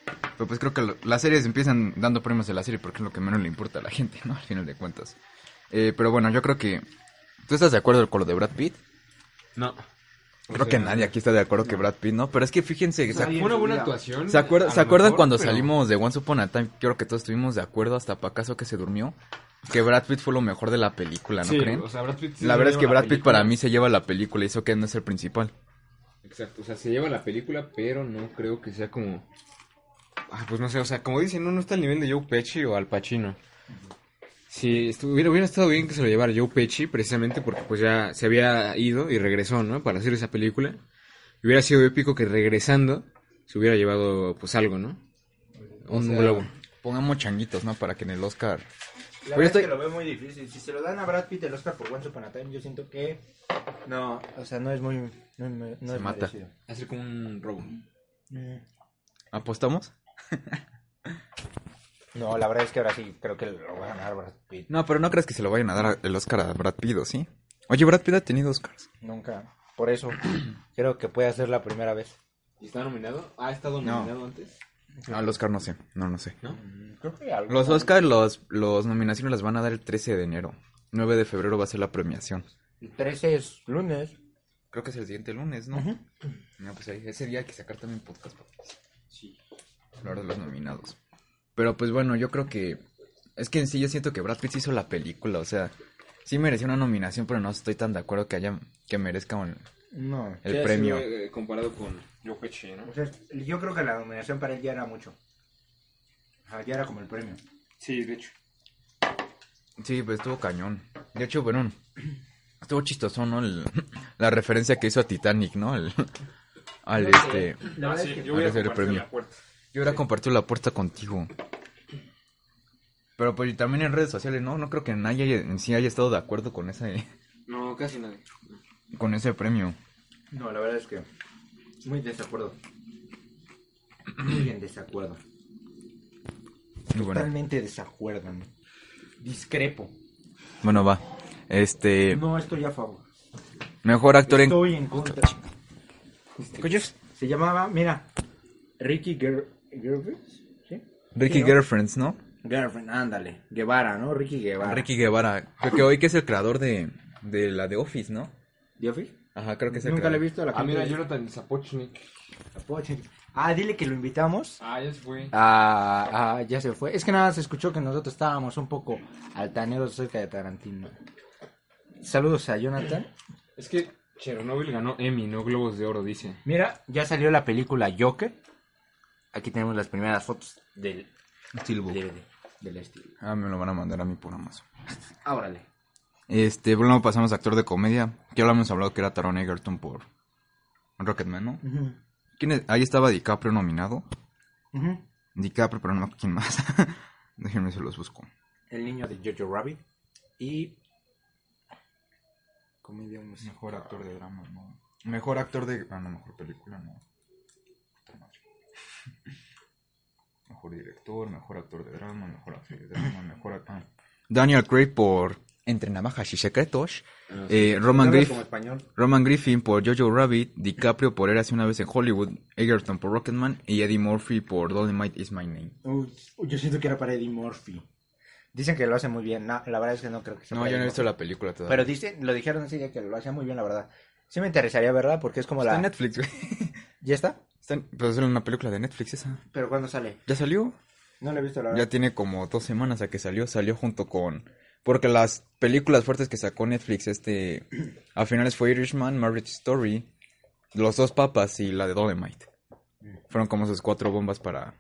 D: Pero pues creo que lo- las series empiezan dando premios de la serie porque es lo que menos le importa a la gente, ¿no? Al final de cuentas. Eh, pero bueno, yo creo que. ¿Tú estás de acuerdo con lo de Brad Pitt?
B: No.
D: Creo que nadie aquí está de acuerdo que Brad Pitt, ¿no? Pero es que fíjense, que se,
B: Fue una buena actuación.
D: ¿Se, acuerda-
B: a
D: ¿se
B: lo
D: acuerdan
B: mejor,
D: cuando
B: pero-
D: salimos de Once Upon a Time? Creo que todos estuvimos de acuerdo hasta para acaso que se durmió. Que Brad Pitt fue lo mejor de la película, ¿no
B: Sí,
D: creen?
B: o sea, Brad Pitt sí
D: la
B: se
D: verdad es que
B: lleva la
D: Brad Pitt
B: película.
D: para mí se lleva la película y eso que no es el principal.
B: Exacto, o sea, se lleva la película, pero no creo que sea como... Ah, pues no sé, o sea, como dicen, no, no está al nivel de Joe Pesci o Al Pacino. Si estuviera, hubiera estado bien que se lo llevara Joe Pesci, precisamente porque pues ya se había ido y regresó, ¿no? Para hacer esa película. Y Hubiera sido épico que regresando se hubiera llevado, pues, algo, ¿no? Un globo.
D: Pongamos changuitos, ¿no? Para que en el Oscar.
C: La
D: Pero
C: verdad
D: estoy-
C: es que lo veo muy difícil. Si se lo dan a Brad Pitt el Oscar por Once Upon a Time, yo siento que no, o sea, no es muy, no, no- no
D: Se
C: es
D: mata.
C: merecido.
B: Hacer como un robo.
C: Mm.
D: ¿Apostamos?
C: No, la verdad es que ahora sí creo que lo va a ganar Brad Pitt.
D: No, pero no crees que se lo vayan a dar a- el Oscar a Brad Pitt, ¿o ¿sí? Oye, Brad Pitt ha tenido Oscars.
C: Nunca. Por eso creo que puede ser la primera vez.
B: ¿Y está nominado? ¿Ha estado
D: No.
B: nominado antes?
D: Al Oscar no sé, no, no sé.
C: Creo que algo.
D: Los Oscars, los, los nominaciones las van a dar el 13 de enero. 9 de febrero va a ser la premiación.
C: El 13 es lunes.
D: Creo que es el siguiente lunes, ¿no? No, pues ahí- ese día hay que sacar también podcast, papis. Sí. Hablar de los nominados. Pero pues bueno, yo creo que. Es que en sí yo siento que Brad Pitt hizo la película, o sea. Sí mereció una nominación, pero no estoy tan de acuerdo que haya que merezca un-
C: No.
D: el premio.
B: comparado con Joe Pesci, ¿no?
C: O sea, yo creo que la nominación para él ya era mucho. Ajá, ya era como el premio.
B: Sí, de hecho.
D: Sí, pues estuvo cañón. De hecho, bueno, Estuvo chistoso, ¿no? El- la referencia que hizo a Titanic, ¿no? El- al este.
I: Ah, sí, yo
D: Al
I: hubiera
D: hacer el
I: compartido
D: premio.
I: la puerta.
D: Yo hubiera compartido la puerta contigo. Pero pues y también en redes sociales, ¿no? No creo que nadie haya- en sí haya estado de acuerdo con ese,
B: No, casi nadie.
D: con ese premio.
C: No, la verdad es que muy desacuerdo. Muy en desacuerdo.
D: Y bueno,
C: Totalmente desacuerdo. ¿no? Discrepo.
D: bueno, va. Este.
C: No estoy a favor.
D: Mejor actor en.
C: Estoy Eh, en contra. Este, Se llamaba, mira, Ricky Ger Gervais, ¿sí?
D: Ricky
C: ¿no?
D: Girlfriends, ¿no?
C: Gervin, ándale. Guevara, ¿no? Ricky Guevara.
D: Ricky Guevara. Creo que hoy que es el creador de, de la de Office, ¿no?
C: ¿The Office?
D: Ajá, creo que es el
C: Nunca le he
D: creador.
C: visto la
B: Ah, mira,
C: gente de-
B: Jonathan Zapochnik.
C: Ah, dile que lo invitamos.
B: Ah, ya se fue.
C: Ah, ah, ya se fue. Es que nada, se escuchó que nosotros estábamos un poco altaneros cerca de Tarantino. Saludos a Jonathan.
B: Es que Chernobyl ganó Emmy, no Globos de Oro, dice.
C: Mira, ya salió la película Joker. Aquí tenemos las primeras fotos del
D: Steelbook.
C: DVD, del estilo.
D: Ah, me lo van a mandar a mí por Amazon.
C: Ah, órale.
D: Este, luego pasamos a actor de comedia. Que hablamos hablado que era Taron Egerton por Rocketman, ¿no? ¿Quién es? Ahí estaba DiCaprio nominado.
C: Ujú.
D: DiCaprio, pero no me quién más. Déjenme se los busco.
C: El niño de Jojo Rabbit. Y. Comedia musical.
D: Mejor actor de drama, no. Mejor actor de. Ah, no, mejor película, no. Puta madre. Mejor director, mejor actor de drama, mejor actor de drama, mejor actor. Ah. Daniel Craig por Entre Navajas y Secretos. Eh, Roman, Griff- Roman Griffin por Jojo Rabbit. DiCaprio por Érase una vez en Hollywood. Egerton por Rocketman. Y Eddie Murphy por Dolomite is My Name.
C: Uy, yo siento que era para Eddie Murphy. Dicen que lo hace muy bien. No, la verdad es que no creo que sea
D: No,
C: para
D: yo no
C: Eddie
D: he visto la película
C: Murphy.
D: todavía.
C: Pero dicen, lo dijeron ese día que lo hacía muy bien, la verdad. Sí me interesaría, ¿verdad? Porque es como
D: está en
C: la.
D: Netflix, güey.
C: ¿Ya está?
D: Está en- Pero es una película de Netflix esa.
C: ¿Pero cuándo sale?
D: ¿Ya salió?
C: No lo he visto, la
D: Ya
C: verdad.
D: tiene como dos semanas a que salió, salió junto con... Porque las películas fuertes que sacó Netflix, este... A finales fue Irishman, Marriage Story, Los dos papas y la de Dolomite. Fueron como esas cuatro bombas para...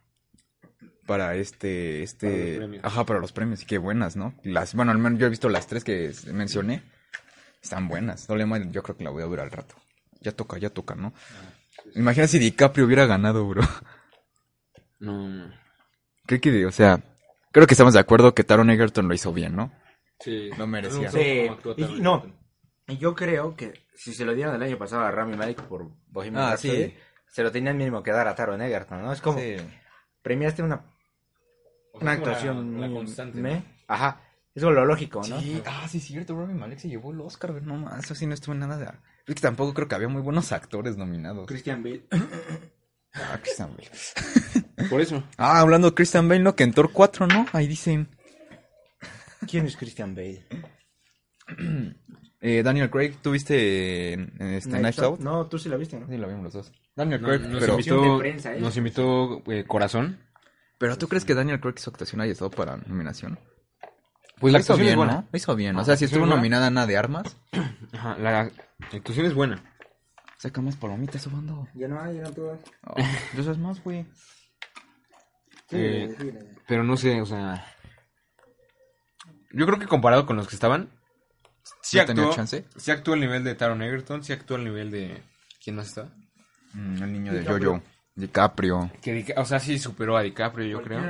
D: Para este... este Ajá, para los premios. Y qué buenas, ¿no? Las, bueno, al menos yo he visto las tres que s- mencioné. Están buenas. Dolomite yo creo que la voy a ver al rato. Ya toca, ya toca, ¿no? Imagina si DiCaprio hubiera ganado, bro.
B: No.
D: Creo que, o sea, creo que estamos de acuerdo que Taron Egerton lo hizo bien, ¿no?
B: Sí.
D: No merecía.
B: No,
C: Sí.
B: como actúa
C: Y-
B: Taron
C: no.
B: Egerton.
C: Y yo creo que si se lo dieron el año pasado a Rami Malek por Bohemian
D: Ah,
C: Rhapsody,
D: sí.
C: se lo tenían mínimo que dar a Taron Egerton, ¿no? Es como premiaste una,
B: O sea,
C: una
B: como la-
C: actuación
B: la
C: muy-
B: constante,
C: ¿me?
B: ¿no?
C: Ajá, es como lo lógico, ¿no?
D: Sí, ah, sí, es cierto, Rami Malek se llevó el Oscar, güey, no más, así no estuvo en nada de... Es que tampoco creo que había muy buenos actores nominados.
C: Christian Bale.
D: Ah, Christian Bale.
B: Por eso.
D: Ah, hablando de Christian Bale, ¿no? Que en Thor 4, ¿no? Ahí dicen...
C: ¿Quién es Christian Bale?
D: Eh, Daniel Craig, ¿tú viste en, en este Knives Out?
C: No, tú sí la viste, ¿no?
D: Sí, lo vimos los dos. Daniel
B: No,
D: Craig,
B: nos,
D: pero...
B: invitó,
C: de prensa, ¿eh?
B: nos invitó eh, Corazón.
D: ¿Pero tú crees que Daniel Craig su actuación haya estado para nominación?
B: Pues
D: Lo
B: la
D: hizo
B: actuación
D: bien,
B: es buena.
D: ¿no? Lo hizo bien.
B: Ah,
D: O sea, si
B: ¿sí es
D: estuvo
B: buena?
D: nominada Ana de Armas,
B: Ajá, la actuación es buena.
D: saca más palomitas, su bando.
C: Ya no hay, ya no puedo.
D: Yo sabes más, güey.
B: Eh, pero no sé, o sea. Yo creo que comparado con los que estaban, sí
D: ¿No tenía
B: actuó.
D: chance?
B: Sí actuó al nivel de Taron Egerton, sí actuó al nivel de. ¿Quién más está?
D: Mm, el niño de Jojo. DiCaprio.
B: Que Dica- o sea, sí superó a DiCaprio, yo creo.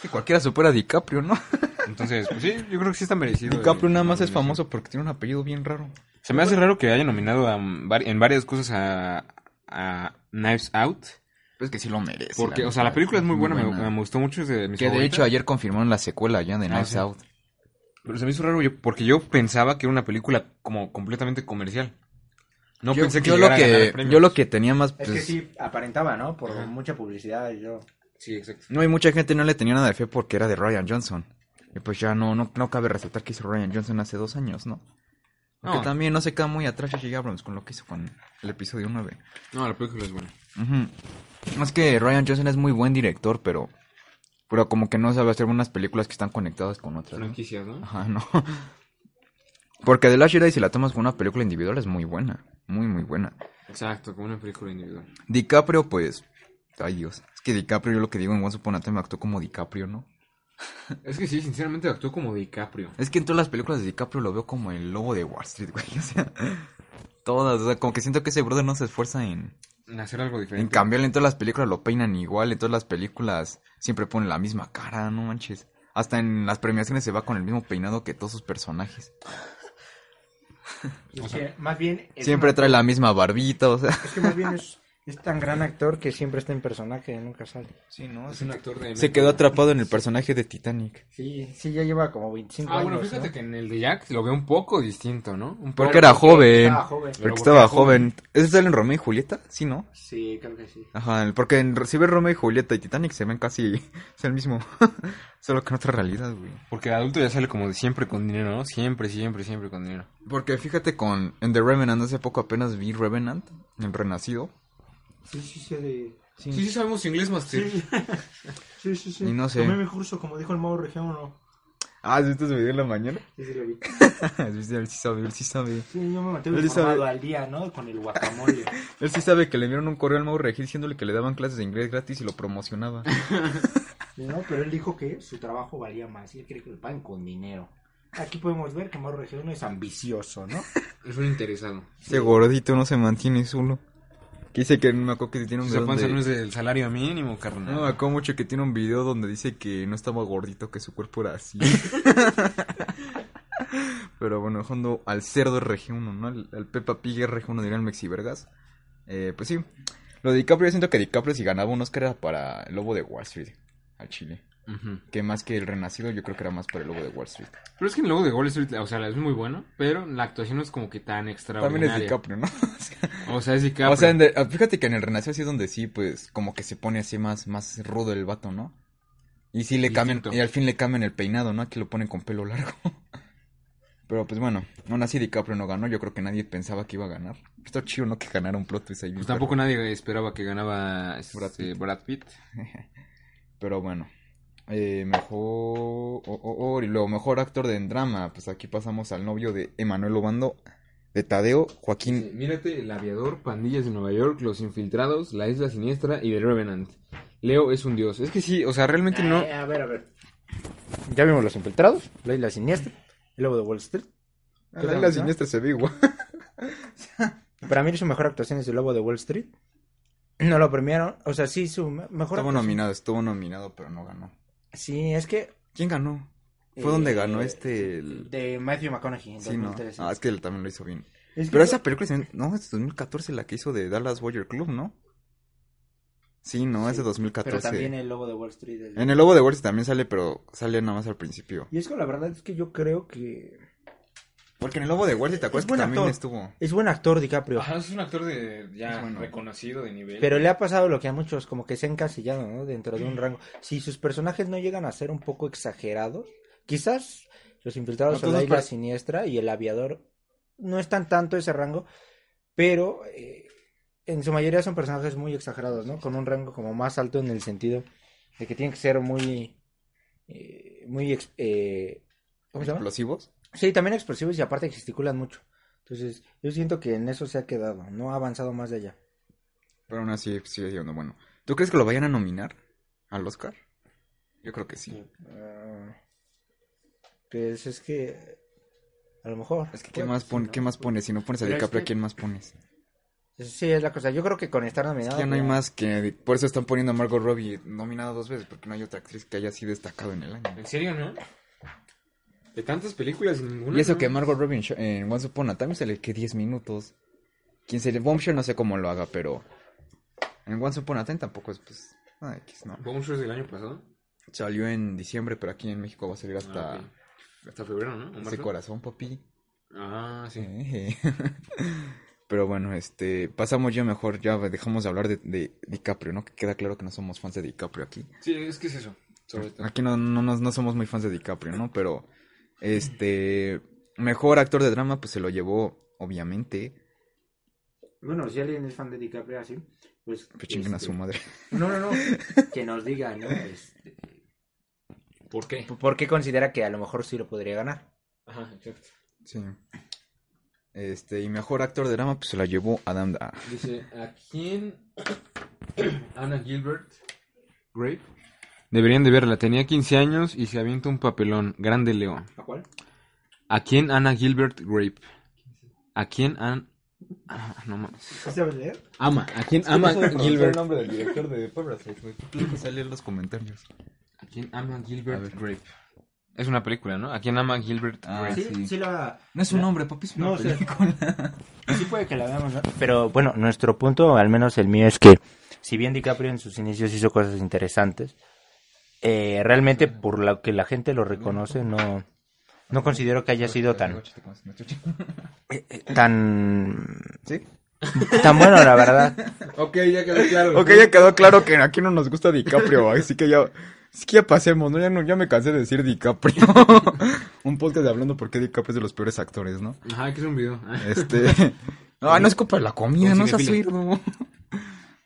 D: Que cualquiera supera a DiCaprio, ¿no?
B: Entonces, pues sí, yo creo que sí está merecido.
D: DiCaprio
B: eh,
D: nada más es
B: nominación.
D: famoso porque tiene un apellido bien raro.
B: Se me hace raro que haya nominado a vari- en varias cosas a, a Knives Out.
D: Pues que sí lo merece.
B: Porque, o sea, la película es muy buena, me- Me, gustó mucho. Es de mis
D: Que de
B: favoritas.
D: hecho ayer confirmaron la secuela ya de Knives
B: sí.
D: Out.
B: Pero se me hizo raro yo- porque yo pensaba que era una película como completamente comercial. No
D: yo,
B: pensé que
D: yo lo
B: llegara a ganar
D: que
B: premios.
D: yo lo que tenía más
C: Es que
D: pues,
C: sí, aparentaba, ¿no? Por mucha publicidad, yo...
B: Sí, exacto.
D: no hay mucha gente no le tenía nada de fe porque era de Ryan Johnson. Y pues ya no no, no cabe resaltar que hizo Ryan Johnson hace dos años, ¿no? Aunque
B: No.
D: también no se queda muy atrás J.J. Abrams con lo que hizo con el episodio 9.
B: No, la película es buena.
D: Ujú. Es que Ryan Johnson es muy buen director, pero. Pero como que no sabe hacer unas películas que están conectadas con otras. ¿no?
B: Franquicias, ¿no?
D: Ajá, no. Porque The Last Jedi, si la tomas como una película individual, es muy buena. Muy, muy buena.
B: Exacto, como una película individual.
D: DiCaprio, pues. Ay, Dios. Es que DiCaprio, yo lo que digo en Once Upon a Time, actuó como DiCaprio, ¿no?
B: Es que sí, sinceramente actuó como DiCaprio.
D: Es que en todas las películas de DiCaprio lo veo como el lobo de Wall Street, güey. O sea, todas. O sea, como que siento que ese brother no se esfuerza en,
B: En hacer algo
D: en
B: diferente.
D: cambiarle. En todas las películas lo peinan igual. En todas las películas siempre pone la misma cara, no manches. Hasta en las premiaciones se va con el mismo peinado que todos sus personajes.
C: Es que-
E: Más bien. es
D: Siempre
E: una-
D: trae la misma barbita, o sea.
C: Es que más bien es, es tan gran actor que siempre está en personaje, nunca sale.
D: Sí, ¿no?
B: Es un actor de...
D: Se quedó atrapado en el personaje de Titanic.
C: Sí, sí, ya lleva como 25
B: Ah,
C: años.
B: bueno, fíjate que en el de Jack lo veo un poco distinto, ¿no? Un poco.
D: Porque era joven.
C: estaba joven.
D: Porque
B: Pero
D: estaba
B: porque era joven.
D: joven. ¿Eso sale en Romeo y Julieta? Sí, ¿no?
B: Sí, creo que sí.
D: Ajá, porque en, si ves Romeo y Julieta y Titanic se ven casi es el mismo. Solo que en otra realidad, güey.
B: Porque el adulto ya sale como de siempre con dinero, ¿no? Siempre, siempre, siempre con dinero.
D: Porque fíjate con en The Revenant hace poco apenas vi Revenant, el renacido,
C: Sí, sí, sí, de-
B: Sí, sí, sabemos inglés, Master.
C: sí, sí, sí.
D: Y no sé.
C: Tomé mi curso, como dijo el mago regiono.
D: Ah, ¿sí ¿viste su video en la mañana?
C: Sí, sí, lo vi.
D: ¿Viste? Él sí sabe, él sí sabe.
C: Sí, yo me mantuve
D: Él
C: informado
D: sabe.
C: al día, ¿no? Con el guacamole.
D: Él sí sabe que le enviaron un correo al Mau Regil diciéndole que le daban clases de inglés gratis y lo promocionaba.
C: No, pero él dijo que su trabajo valía más y él cree que lo pagan con dinero. Aquí podemos ver que Mauro Regiono es ambicioso, ¿no?
B: Es un interesado.
D: Ese gordito no se mantiene solo. Que dice que no me acuerdo que tiene un
B: Esa
D: video
B: panza
D: donde-
B: no es del salario mínimo, carnal.
D: No me acuerdo mucho que tiene un video donde dice que no estaba gordito, que su cuerpo era así. Pero bueno, dejando al cerdo RG1, ¿no? Al, al Peppa Pig RG1 diría el Mexivergas. Eh, pues sí. Lo de DiCaprio, yo siento que DiCaprio si ganaba un Oscar era para el Lobo de Wall Street, al Chile.
B: Ujú.
D: Que más que el Renacido, yo creo que era más para el Lobo de Wall Street.
B: Pero es que el logo de Wall Street, o sea, es muy bueno, pero la actuación no es como que tan
D: También
B: extraordinaria.
D: es DiCaprio, ¿no? O sea,
B: O sea, es DiCaprio.
D: o sea, en de- ah, fíjate que en el Renacido sí es donde sí, pues, como que se pone así más, más rudo el vato, ¿no? Y sí le cambian,
B: Distinto.
D: y al fin le cambian el peinado, ¿no? Aquí lo ponen con pelo largo. Pero pues bueno, aún así DiCaprio no ganó, yo creo que nadie pensaba que iba a ganar. Está chido, ¿no? Que ganara un plot twist ahí.
B: Pues
D: bien
B: tampoco
D: perro.
B: nadie esperaba que ganaba este,
D: Brad
B: Brad
D: Pitt.
B: Pitt.
D: Pero bueno. Eh, mejor... o- o- o- y luego, mejor actor de drama. Pues aquí pasamos al novio de Emanuel Obando, de Tadeo, Joaquín...
B: Eh, Mírate, El Aviador, Pandillas de Nueva York, Los Infiltrados, La Isla Siniestra y The Revenant. Leo es un dios. Es que sí, o sea, realmente no.
E: Eh, a ver, a ver.
C: Ya vimos los infiltrados, la isla siniestra, el lobo de Wall Street.
D: Ah,
C: ¿Qué
D: la
C: tal,
D: isla
C: no?
D: siniestra se ve igual.
C: Para mí su mejor actuación es el lobo de Wall Street. No lo premiaron, o sea, sí, su me- mejor
D: Estuvo
C: actuación.
D: nominado, estuvo nominado, pero no ganó.
C: Sí, es que...
D: ¿Quién ganó? Fue
C: eh,
D: donde ganó este. el-
C: De Matthew McConaughey en
D: Sí, no.
C: 2013.
D: Ah, es que él también lo hizo bien.
C: Es que fue-
D: Pero esa película, se- no, es 2014 la que hizo de Dallas Warrior Club, ¿no? Sí, no, es de
C: Sí,
D: 2014.
C: Pero también el lobo de Wall Street. es-
D: En el Lobo de Wall Street también sale, pero sale nada más al principio.
C: Y es que la verdad es que yo creo que...
D: Porque en el Lobo de Wall Street, ¿te
C: Es
D: acuerdas que
C: buen
D: también
C: actor.
D: estuvo?
C: Es buen actor DiCaprio,
B: Ajá, es un actor de ya
D: Es bueno.
B: reconocido de nivel.
C: pero le ha pasado lo que a muchos, como que se ha encasillado, ¿no? Dentro
D: Mm.
C: de un rango. Si sus personajes no llegan a ser un poco exagerados, quizás los infiltrados
D: No,
C: o la
D: todos
C: isla
D: pare-
C: siniestra y el aviador no están tanto ese rango, pero eh, en su mayoría son personajes muy exagerados, ¿no? Con un rango como más alto en el sentido de que tienen que ser muy... eh, muy... ex- eh, ¿Cómo se llama?
D: ¿Explosivos?
C: Sí, también expresivos y aparte gesticulan mucho. Entonces, yo siento que en eso se ha quedado, no ha avanzado más de allá.
D: Pero aún así pues, sigue siendo bueno. ¿Tú crees que lo vayan a nominar al Oscar? Yo creo que sí.
C: Ah, pues es que a lo mejor.
D: Es que, ¿qué más, pon- ¿qué más pones? Si no pones a
C: Pero es
D: DiCaprio, ¿a
C: que-
D: quién más pones?
C: Sí, es la cosa. Yo creo que con estar
D: Es
C: nominado.
D: que ya no hay más que... Por eso están poniendo a Margot Robbie nominada dos veces, porque no hay otra actriz que haya así destacado en el año.
B: ¿En serio, no? De tantas películas, ninguna.
D: Y eso
B: ¿no?
D: que Margot Robbie en Sh- en Once Upon a Time se le que 10 minutos. Quien se le... Bombshell no sé cómo lo haga, pero... En Once Upon a Time tampoco es, pues... nada X, ¿no?
B: Bombshells del año pasado.
D: Salió en diciembre, pero aquí en México va a salir hasta...
B: Ah, ok. Hasta febrero, ¿no? ¿O
D: Ese
B: marzo?
D: corazón, papi.
B: Ah, sí.
D: Eh. Pero bueno, este... Pasamos ya mejor, ya dejamos de hablar de, de DiCaprio, ¿no? Que queda claro que no somos fans de DiCaprio aquí.
B: Sí, es que es eso. Sobre todo.
D: pues, Aquí no, no, nos- no somos muy fans de DiCaprio, ¿no? Pero, este, mejor actor de drama, pues se lo llevó, obviamente.
E: Bueno, si alguien es fan de DiCaprio, así, pues.
D: Que chinguen a su
E: este,
D: madre.
E: No, no, no. Que nos diga, ¿no? Este,
B: ¿Por qué?
E: ¿Por qué considera que a lo mejor sí lo podría ganar?
B: Ajá, exacto.
D: Sí. Este, y mejor actor de drama, pues se lo llevó Adam. Da-
B: Dice, ¿a quién? Anna Gilbert, Grape, Deberían de verla. Tenía 15 años y se avienta un papelón. Grande Leo.
D: ¿A cuál?
B: ¿A quién Ana Gilbert Grape? ¿A quién Ana... Ah, no más.
J: ¿Sabes leer?
B: Ama. ¿A quién
C: Ah,
B: ama Gilbert?
D: nombre del director de Puebla Tú empiezas a leer los comentarios.
B: ¿A quién ama Gilbert Grape? Es una película, ¿no? ¿A quién ama Gilbert
D: Ah,
B: Grape?
D: sí.
C: Sí, sí la-
D: No es un nombre, papi, es una
C: No, o sea-
D: película.
C: Sí puede que la veamos, ¿no? Pero bueno, nuestro punto, al menos el mío, es que si bien DiCaprio en sus inicios hizo cosas interesantes, eh, realmente por lo que la gente lo reconoce, no, no considero que haya sido tan, tan,
D: ¿Sí?
C: tan bueno, la verdad.
D: Ok, ya quedó claro. Ok, ya quedó claro que aquí no nos gusta DiCaprio, así que ya... Así que ya pasemos, ¿no? Ya, no, ya me cansé de decir DiCaprio. un podcast de hablando por qué DiCaprio es de los peores actores, ¿no?
B: Ajá, que es un video.
D: Este. No, no es culpa de la comida,
B: Con
D: no seas
B: cinefilia.
D: suirdo.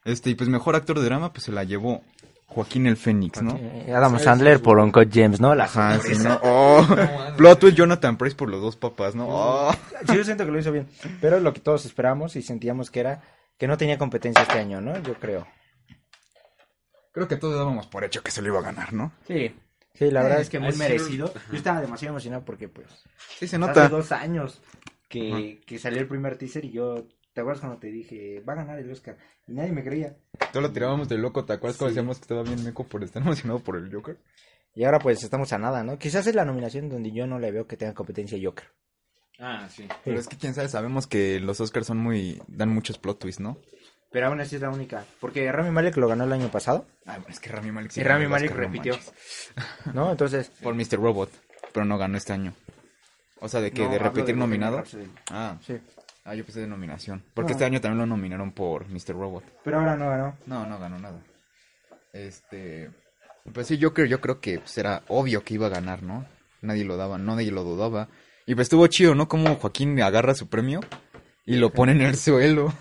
D: Este, y pues mejor actor de drama, pues se la llevó Joaquín el Fénix, ¿no?
C: Eh, Adam Sandler por Uncut James, ¿no? La
D: Ajá, sí, ¿no? Oh, plot twist Jonathan Price por los dos papás, ¿no? Oh.
C: Sí, yo siento que lo hizo bien. Pero lo que todos esperamos y sentíamos que era que no tenía competencia este año, ¿no? Yo creo.
D: Creo que todos dábamos por hecho que se lo iba a ganar, ¿no?
C: Sí. Sí, la verdad es que muy merecido. Yo estaba demasiado emocionado porque, pues,
D: Ah, Sí, se
C: hace
D: nota.
C: dos años que, que salió el primer teaser y yo, ¿te acuerdas cuando te dije, va a ganar el Oscar? Y nadie me creía.
D: Todos lo tirábamos de loco, ¿te acuerdas cuando decíamos que estaba bien meco por estar emocionado por el Joker?
C: Y ahora, pues, estamos a nada, ¿no? Quizás es la nominación donde yo no le veo que tenga competencia Joker.
B: Ah, sí.
D: Pero es que quién sabe, sabemos que los Oscars son muy. dan muchos plot twists, ¿no?
C: Pero aún así es la única. Porque Rami Malek lo ganó el año pasado,
D: Ah, bueno, es que Rami Malek.
C: Y Rami Malek repitió. ¿no? Entonces...
D: Por Mr. Robot, pero no ganó este año. O sea, de que
C: no,
D: de
C: hablo
D: repetir
C: Bohemian
D: nominado.
C: Rhapsody.
D: Ah,
C: Sí.
D: ah, yo pensé de nominación. Porque este año también lo nominaron por Mr. Robot.
C: Pero ahora no ganó.
D: No, no ganó nada. Este. Pues sí, Joker, yo creo que pues, era obvio que iba a ganar, ¿no? Nadie lo daba, nadie lo dudaba. Y pues estuvo chido, ¿no? Como Joaquín agarra su premio y lo pone en el suelo.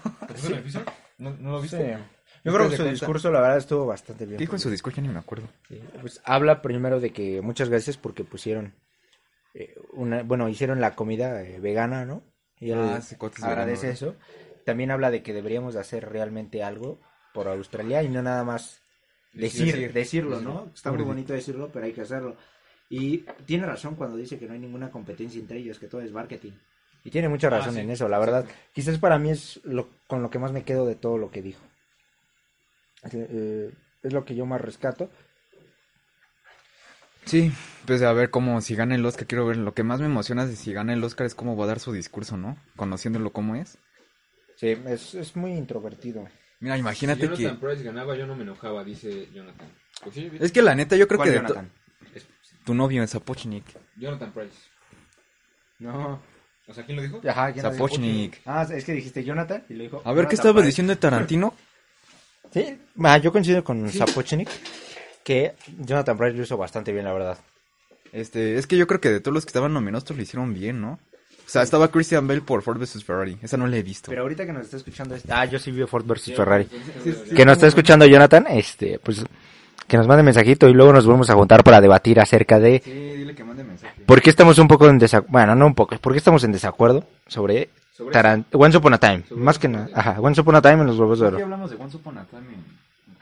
D: ¿No, no lo viste?
C: Yo
D: ¿Te
C: creo
D: das
C: que su
D: cuenta?
C: discurso, la verdad, estuvo bastante bien.
D: ¿Qué dijo en su discurso? Ya ni me acuerdo.
C: Sí, pues habla primero de que muchas gracias porque pusieron eh, una, bueno, hicieron la comida eh, vegana, ¿no? Y él
D: Ah, sí, cortes
C: agradece
D: veganos.
C: eso. También habla de que deberíamos de hacer realmente algo por Australia y no nada más decir,
D: Decir,
C: decirlo,
D: decir.
C: ¿no? Está muy bonito decirlo, pero hay que hacerlo. Y tiene razón cuando dice que no hay ninguna competencia entre ellos, que todo es marketing. Y tiene
D: Ah,
C: mucha razón en eso, la verdad. Quizás para mí es lo, con lo que más me quedo de todo lo que dijo. Eh, es lo que yo más rescato.
D: Sí, pues a ver cómo, si gana el Oscar, quiero ver. Lo que más me emociona de si gana el Oscar es cómo va a dar su discurso, ¿no? Conociéndolo como es.
C: Sí, es, es muy introvertido.
D: Mira, imagínate que.
B: Price ganaba, yo no me enojaba, dice Jonathan. Pues sí,
D: Es que la neta, yo creo que. de to-
B: es-
D: Tu novio es Zapochnik.
B: Jonathan Price.
C: No.
B: O sea, ¿quién lo dijo?
C: Ajá, ¿quién era?
D: Zapochnik.
C: Ah, es que dijiste Jonathan y lo dijo.
D: A ver,
C: Jonathan
D: ¿qué estaba
C: Price.
D: diciendo de Tarantino?
C: Sí, ah, yo coincido con Zapochnik que Jonathan Price lo hizo bastante bien, la verdad.
D: Este, es que yo creo que de todos los que estaban nominados, todos lo hicieron bien, ¿no? O sea, estaba Christian Bale por Ford vs Ferrari. Esa no la he visto.
C: Pero ahorita que nos está escuchando este... Ah, yo sí vi Ford versus Ferrari. Que nos está escuchando Jonathan, este, pues que nos mande mensajito y luego nos volvemos a juntar para debatir acerca de
D: Sí, dile que mande mensaje.
C: por qué estamos un poco en desacuerdo, bueno, no un poco, por qué estamos en desacuerdo sobre, Taran- Once Upon a Time, más que nada, ajá, Once Upon a Time en los huevos de oro.
D: hablamos de Once Upon a Time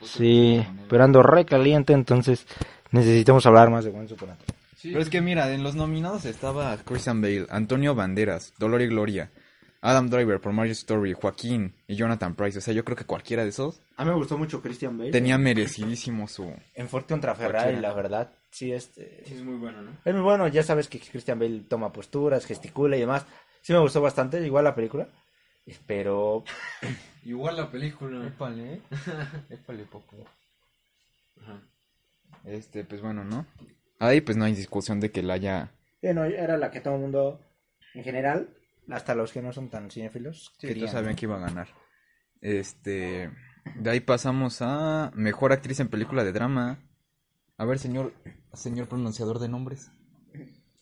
C: Sí, pero ando re caliente, entonces necesitamos hablar más de Once Upon a Time.
D: Pero es que mira, en los nominados estaba Christian Bale, Antonio Banderas, Dolor y Gloria, Adam Driver por Marriage Story, Joaquín y Jonathan Price. O sea, yo creo que cualquiera de esos
C: A mí me gustó mucho Christian Bale.
D: tenía merecidísimo su...
C: En Ford contra Ferrari, la verdad, sí, este...
B: es muy bueno, ¿no?
C: Es muy bueno, ya sabes que Christian Bale toma posturas, gesticula y demás. Sí me gustó bastante, igual la película. Pero...
B: Igual la película. Épale,
D: Este, pues bueno, ¿no? Ahí pues no hay discusión de que la haya...
C: Bueno, era la que todo el mundo, en general, hasta los que no son tan cinéfilos,
D: Sí,
C: querían,
D: todos sabían
C: ¿no?
D: que iba a ganar. Este. De ahí pasamos a mejor actriz en película de drama. A ver, señor. Señor pronunciador de nombres.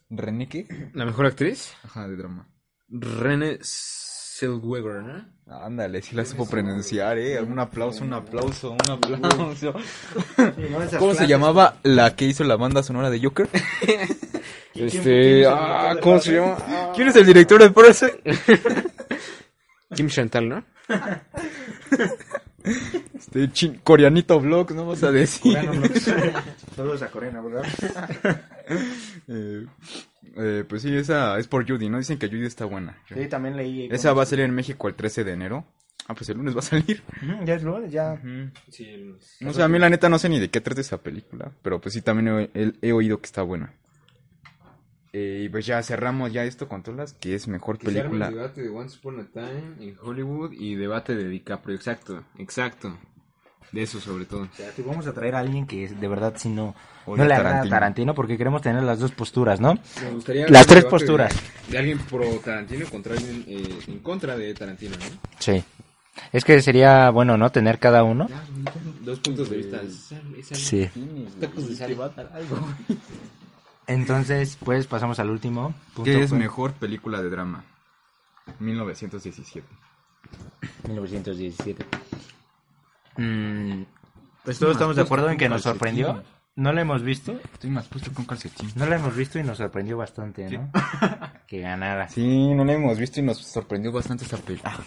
D: ¿René qué?
B: ¿La mejor actriz?
D: Ajá, de drama.
B: Rene Zellweger, ¿eh? ¿no?
D: Ándale, si la supo pronunciar, eh. Un aplauso, un aplauso, un aplauso.
C: Sí, ¿no? Esas
D: ¿Cómo se
C: clases.
D: llamaba la que hizo la banda sonora de Joker?
B: Este, ah, ¿cómo se llama? Ah,
D: ¿Quién es el director de Parasite?
B: Kim Chantal, ¿no? Este chin- coreanito blog, ¿no vas a decir?
C: Todos a Corena, ¿verdad?
D: Eh, eh, pues sí, esa es por Judy, ¿no? Dicen que Judy está buena.
K: Sí, también leí.
D: Esa va a salir en México el 13 de enero. Ah, pues el lunes va a salir.
C: Mm,
K: Ujú, Ya es lunes, ya.
D: No sé, a mí la neta no sé ni de qué trata esa película, pero pues sí también he, he- he oído que está buena. Eh, y pues ya cerramos ya esto con todas las que es mejor
B: Que se arme el
D: película.
B: debate de Once Upon a Time en Hollywood y debate de DiCaprio, exacto, exacto. De eso sobre todo.
C: O sea, te vamos a traer a alguien que de verdad si no,
D: O
C: no
D: de
C: le agrada a
D: Tarantino.
C: Tarantino porque queremos tener las dos posturas, ¿no?
B: Me gustaría
C: Las
B: ver
C: tres
B: un debate
C: posturas.
B: De, de alguien pro Tarantino contra alguien eh, en contra de Tarantino, ¿no?
C: Sí. Es que sería bueno, ¿no? Tener cada uno.
B: Dos puntos de vista.
C: Sí.
B: Eh, Tacos de algo.
C: Entonces, pues pasamos al último. punto,
D: ¿Qué es
C: pues.
D: mejor película de drama? 1917.
C: 1917. Mm, pues todos estamos de acuerdo en que nos sorprendió. No lo hemos visto.
D: Estoy más puesto con calcetín.
C: No lo hemos visto y nos sorprendió bastante, ¿no? que ganara.
D: Sí, no la hemos visto y nos sorprendió bastante esa película.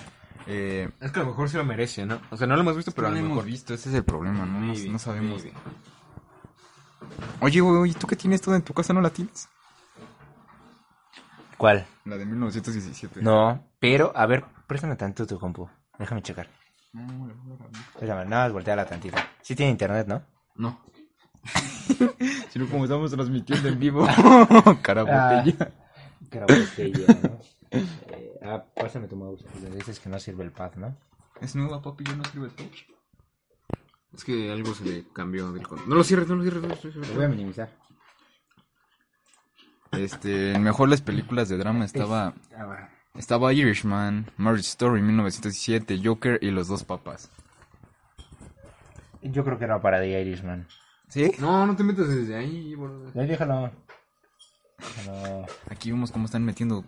D: eh,
B: Es que a lo mejor se lo merece, ¿no? O sea, no lo hemos visto, pero
D: pero
B: a
D: no
B: lo
D: la hemos
B: mejor.
D: visto, ese es el problema, ¿no? No,
B: Maybe,
D: no sabemos.
B: maybe.
D: Oye, güey, ¿y tú qué tienes todo en tu casa? ¿No la tienes?
C: ¿Cuál?
D: La de 1917.
C: No, pero, a ver, préstame tanto tu compu. Déjame checar. Espérame, nada más volteala tantito. Sí tiene internet, ¿no?
B: No.
D: Sino como estamos transmitiendo en vivo. Carabotella.
C: Creo que ya, ¿no? Eh, ah, pásame tu mouse. Le dices que no sirve el pad, ¿no?
D: Es nueva, papi, yo no escribo el touch.
B: Es que algo se le cambió del con- No lo cierres, no lo cierres. No lo cierres.
C: Lo voy a minimizar.
D: Este, en mejor las películas de drama estaba...
C: Ah,
D: Estaba Irishman, Marriage Story 1917, Joker y Los Dos Papas.
C: Yo creo que era para The Irishman.
D: ¿Sí?
B: No, no te metas desde ahí, boludo.
C: Ya déjalo. Déjalo.
D: Aquí vemos cómo están metiendo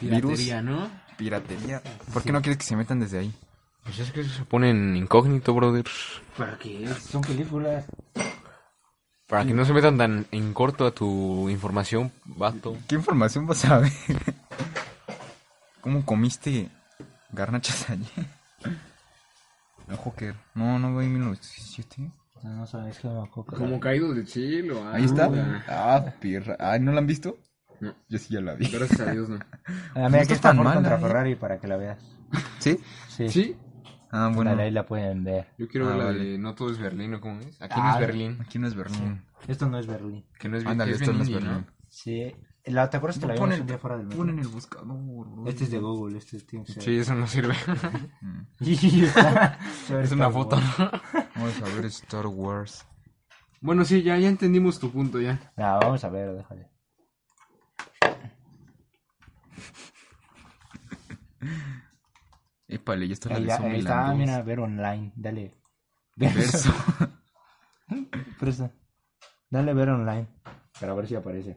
D: virus.
B: ¿no?
D: Piratería. ¿Por qué no quieres que se metan desde ahí?
B: Pues es que se ponen incógnito, brother.
C: ¿Para qué? Son películas.
B: Para que no se metan tan en corto a tu información, vato.
D: ¿Qué información vas a ver? ¿Cómo comiste garnachas ayer? No, Joker. No, no voy en 1917.
C: No, no sabes que me coca.
B: caído del cielo.
D: Ahí está. Ah, perra. Ay, ¿no la han visto?
B: No.
D: Yo sí ya la vi.
B: Gracias a Dios, ¿no?
C: Ah,
D: No
C: mira,
D: está
C: aquí está
D: tan
C: Ford
D: mal,
C: contra
D: ¿eh?
C: Ferrari para que la veas.
D: ¿Sí?
C: Sí.
B: ¿Sí?
D: Ah, bueno.
C: Dale, ahí la pueden ver.
B: Yo quiero ver
D: Ah,
B: la
D: vale.
B: de No todo es Berlín, ¿o cómo es? Aquí no
C: Ah,
B: es Berlín.
D: Aquí no es Berlín.
C: Esto no es Berlín.
B: Que no es
D: Ándale,
B: que es
D: esto no es
B: indie,
D: Berlín.
C: Sí. La, ¿Te acuerdas que la
D: Pon
C: vimos
D: el-
C: un día fuera del metro?
D: pon en el buscador. bro.
C: Este es de Google, este tiene que ser.
B: Sí, eso no sirve.
C: es
B: es una foto, ¿no?
D: Vamos a ver Star Wars.
B: Bueno, sí, ya, ya entendimos tu punto, ya.
C: No, vamos a ver, déjale.
D: Épale, ya está la
C: Ahí,
D: de
C: ya- ahí
D: Zombieland
C: está,
D: 2.
C: mira, ver online, dale.
D: Verso.
C: Presta. Dale ver online. Para ver si aparece.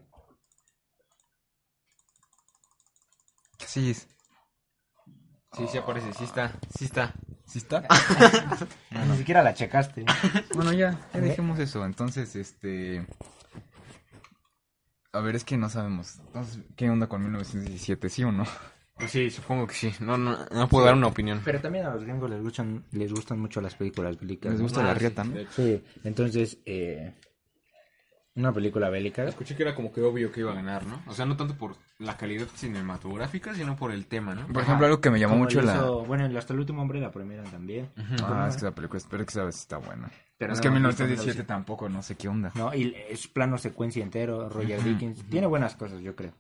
D: ¿Qué haces?
B: Sí, sí aparece, sí está, sí está.
D: ¿Sí está?
C: Ni siquiera la checaste.
D: Bueno, ya, ya dejemos eso. Entonces, este. A ver, es que no sabemos. Entonces, ¿qué onda con 1917? ¿Sí o no?
B: Pues Sí, supongo que sí. No, no, no puedo dar una opinión.
C: Pero también a los gringos les gustan, les gustan mucho las películas bélicas.
D: ¿Les
C: ¿no? Ah,
D: gusta la riata,
B: Eh,
D: no?
C: Sí, entonces, eh, una película bélica.
B: Escuché que era como que obvio que iba a ganar, ¿no? O sea, no tanto por la calidad cinematográfica, sino por el tema, ¿no?
D: Por ejemplo, algo que me llamó
C: Como
D: mucho
C: lo
D: la.
C: hizo- Bueno, el hasta el último hombre la primera también.
D: Ah, es que la película, espero que sabes está buena.
C: Pero
D: es
C: no
D: que
C: hemos
D: 1917
C: visto,
D: tampoco, no sé qué onda.
C: No, y es plano secuencia entero, Roger Dickens. Tiene buenas cosas, yo creo.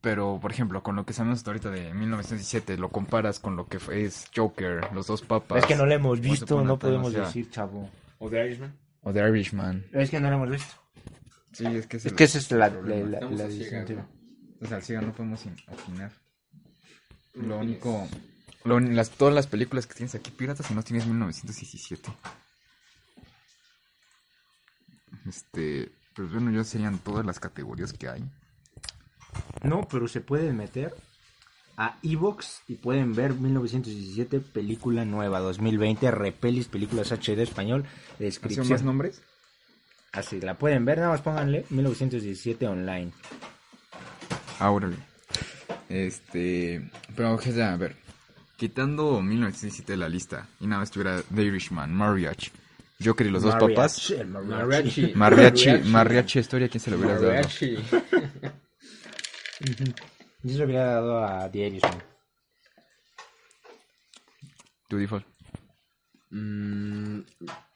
D: Pero, por ejemplo, con lo que sabemos hasta ahorita de 1917, lo comparas con lo que fue es Joker, Los Dos Papas.
C: Es que no la hemos
D: Once
C: visto,
D: Upon a
C: Pues, no
D: Time,
C: podemos
D: o sea,
C: decir, chavo.
B: O de Irishman.
D: O The Irishman.
C: Es que no la hemos visto.
D: Sí, es que
C: Es que esa es la, la,
D: problema.
C: la-
B: Estamos
C: la
B: a ciegas,
C: disyuntiva.
D: O sea, sí, no podemos in- opinar. Lo único. lo un- las, todas las películas que tienes aquí, piratas, si no tienes 1917. Este. Pues bueno, ya serían todas las categorías que hay.
C: No, pero se pueden meter a Evox y pueden ver 1917, película nueva, 2020, repelis, películas HD español,
D: ¿Hacen
C: descripción.
D: más nombres?
C: Así, la pueden ver, nada más pónganle 1917 online.
D: Ah, órale. Este. Pero, o sea, a ver. Quitando 1917 de la lista y nada más estuviera The Irishman, Mariachi, Joker y los dos
I: Mariachi,
D: papás.
I: el mariachi.
D: Mariachi, Mariachi Historia, ¿quién se lo hubiera dado?
B: Mariachi.
I: Yo se lo hubiera dado a The Irishman.
D: Tu default.
B: Mm,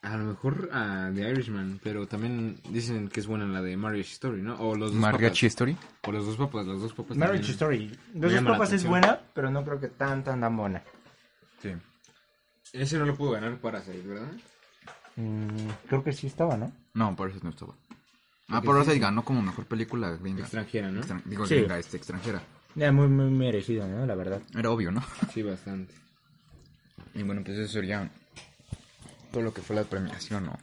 B: a lo mejor a The Irishman, pero también dicen que es buena la de Marriage Story, ¿no? O los dos
D: Mariachi
B: papas.
D: Story.
B: O los dos papas, los dos papas.
C: Marriage
B: también.
C: Story.
B: Me
C: Los dos
B: llama la
C: papas es
B: atención.
C: buena, pero no creo que tan, tan, tan buena.
D: Sí.
B: Ese no lo pudo ganar para seis, ¿verdad?
C: Mm, creo que sí estaba, ¿no?
D: No, por eso no estaba. Ah,
B: Porque
D: por
B: sí.
D: eso ganó como mejor película gringa.
B: Extranjera, ¿no?
D: Extran- digo,
I: Sí.
D: gringa, este, extranjera.
I: Ya, muy, muy merecido, ¿no? La verdad.
D: Era obvio, ¿no?
B: Sí, bastante.
D: Y bueno, pues eso sería todo lo que fue la premiación, ¿no?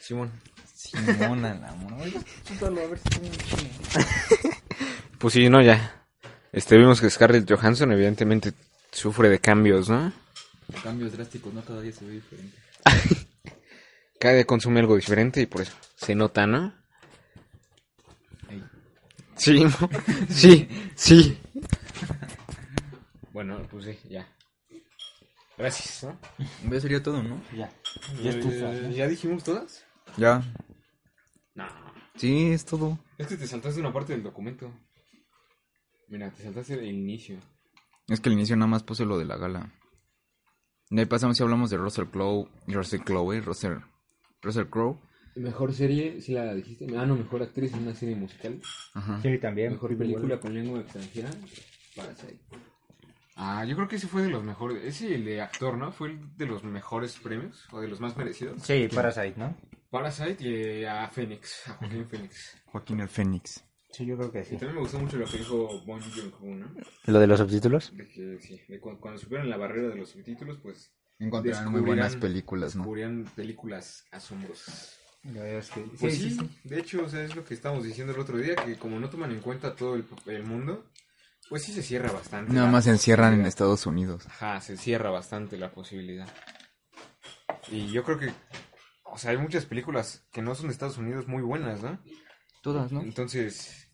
B: Simón.
D: Simona, la mona.
L: Pues sí, no, ya. Este, vimos que Scarlett Johansson evidentemente sufre de cambios, ¿no?
D: Cambios drásticos, ¿no? Cada día se ve diferente.
L: Cada día consume algo diferente y por eso se nota, ¿no? Sí, ¿no? sí, sí.
B: Bueno, pues sí, ya. Gracias, ¿no?
D: Ya sería todo, ¿no?
B: Eh, ¿Ya, dijimos todas?
D: Ya.
B: No.
D: Sí, es todo.
B: Es que te saltaste una parte del documento. Mira, te saltaste el inicio.
D: Es que al inicio nada más puse lo de la gala. De ahí pasamos y hablamos de Russell Crowe. Russell Crowe, eh, Russell. Russell Crowe.
B: Mejor serie, si la dijiste. Ah, no, mejor actriz en una serie musical.
D: Ajá.
I: Sí, también.
B: Mejor película con lengua extranjera. Parasite. Ah, yo creo que ese fue de los mejores. Ese y el de actor, ¿no? Fue el de los mejores premios o de los más merecidos.
C: Sí, Parasite, ¿no?
B: Parasite y eh, a Fénix, a Joaquín Fénix.
D: Joaquín el Fénix.
C: Sí, yo creo que
B: Y también me gustó mucho lo que dijo Bon Joon-ho, ¿no?
I: ¿Lo de los subtítulos?
B: De que sí, de cu- cuando supieron la barrera de los subtítulos, pues
D: Encontraron muy buenas
B: descubrirán-
D: películas, ¿no?
B: descubrían películas asombrosas.
C: La verdad es que...
B: Pues sí, de hecho, o sea, es lo que estábamos diciendo el otro día, que como no toman en cuenta todo el, el mundo, pues sí se cierra bastante.
D: Nada
B: la
D: más se encierran en
B: posibilidad.
D: Estados Unidos.
B: Ajá, se cierra bastante la posibilidad. Y yo creo que, o sea, hay muchas películas que no son de Estados Unidos muy buenas, ¿no?
D: Todas,
B: Entonces,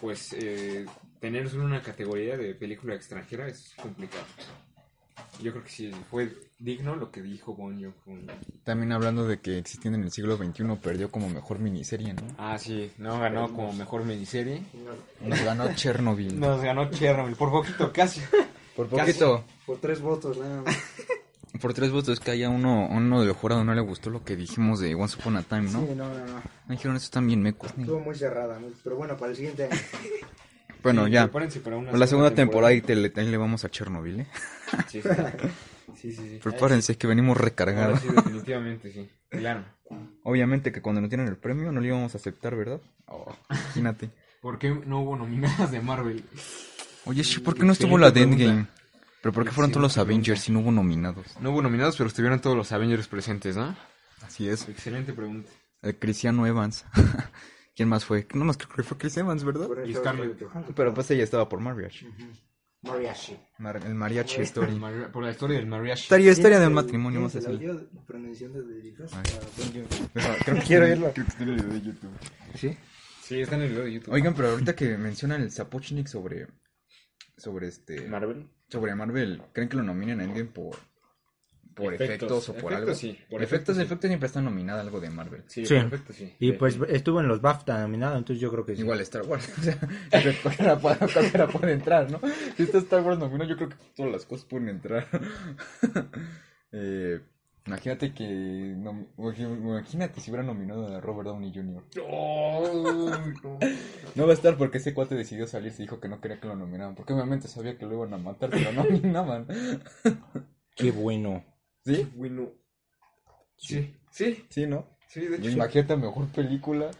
B: pues, eh, tener solo una categoría de película extranjera es complicado. Yo creo que sí fue digno lo que dijo Bon Joon-ho.
D: También hablando de que existiendo en el siglo XXI perdió como mejor miniserie, ¿no?
B: Ah, sí, no ganó como mejor miniserie.
D: Nos ganó Chernobyl.
B: Nos ganó Chernobyl, por poquito, casi.
D: Por
B: Casi.
D: poquito.
C: Por tres votos, nada más.
D: Por tres votos que haya uno, uno del jurado no le gustó lo que dijimos de Once Upon a Time, ¿no?
C: Sí, no, no, no.
D: Me dijeron, eso están bien mecos. ¿no?".
C: Estuvo muy cerrada, muy- pero bueno, para el siguiente año.
D: Bueno,
B: Sí,
D: ya.
B: prepárense para una
D: La segunda temporada y te le, ahí le vamos a Chernobyl, ¿eh?
B: Sí, sí, sí. sí.
D: Prepárense, que venimos
B: Ahora
D: recargados.
B: sí, definitivamente, sí. Claro.
D: Obviamente que cuando no tienen el premio no le íbamos a aceptar, ¿verdad? Oh, imagínate.
B: ¿Por qué no hubo nominadas de Marvel?
D: Oye, sí, ¿por qué no estuvo
B: Excelente
D: la de
B: pregunta.
D: Endgame? ¿Pero por qué fueron todos los
B: Excelente
D: Avengers si no hubo nominados?
L: No hubo nominados, pero estuvieron todos los Avengers presentes, ¿no?
D: Así es.
B: Excelente pregunta.
D: El Cristiano Evans. ¿Quién más fue? No más creo que fue Chris Evans, ¿verdad?
B: Y Scarlett.
D: Pero pues ella estaba por Mariachi.
C: Mariachi.
D: Mar- el Mariachi
B: El
D: Story.
B: mari- Por la historia del mariachi.
D: Historia, historia del matrimonio, más
C: ¿Tienes el
D: así.
C: audio pronunciando de Diritas
D: Ay.
C: a Bon Jovi?
D: Creo que
C: Quiero oírlo.
D: Creo que está en el video de YouTube.
C: ¿Sí?
B: Sí, está en el video de YouTube.
D: Oigan, pero ahorita que mencionan el Zapochnik sobre. Sobre este.
B: Marvel.
D: sobre Marvel, ¿creen que lo nominen a Endgame por, por
B: Efectos.
D: efectos, o por
B: Efectos,
D: algo?
B: sí, por efectos,
D: efectos,
B: sí.
D: efectos siempre está nominada algo de Marvel.
B: Sí,
I: Sí.
B: perfecto, sí.
I: Y pues estuvo en los BAFTA nominado, entonces yo creo que sí.
D: Igual Star Wars, o sea, siempre cualquiera, puede, cualquiera puede entrar, ¿no? Si está Star Wars nominado, yo creo que todas las cosas pueden entrar. Eh, imagínate que. nom- Imagínate si hubiera nominado a Robert Downey Jr.
B: Oh, no.
D: No va a estar porque ese cuate decidió salir y dijo que no quería que lo nominaran. Porque obviamente sabía que lo iban a matar, pero no nominaban.
I: Qué bueno.
D: ¿Sí?
B: Bueno. Sí, sí,
D: ¿Sí, no?
B: sí, de
D: Y
B: hecho.
D: Imagínate mejor película.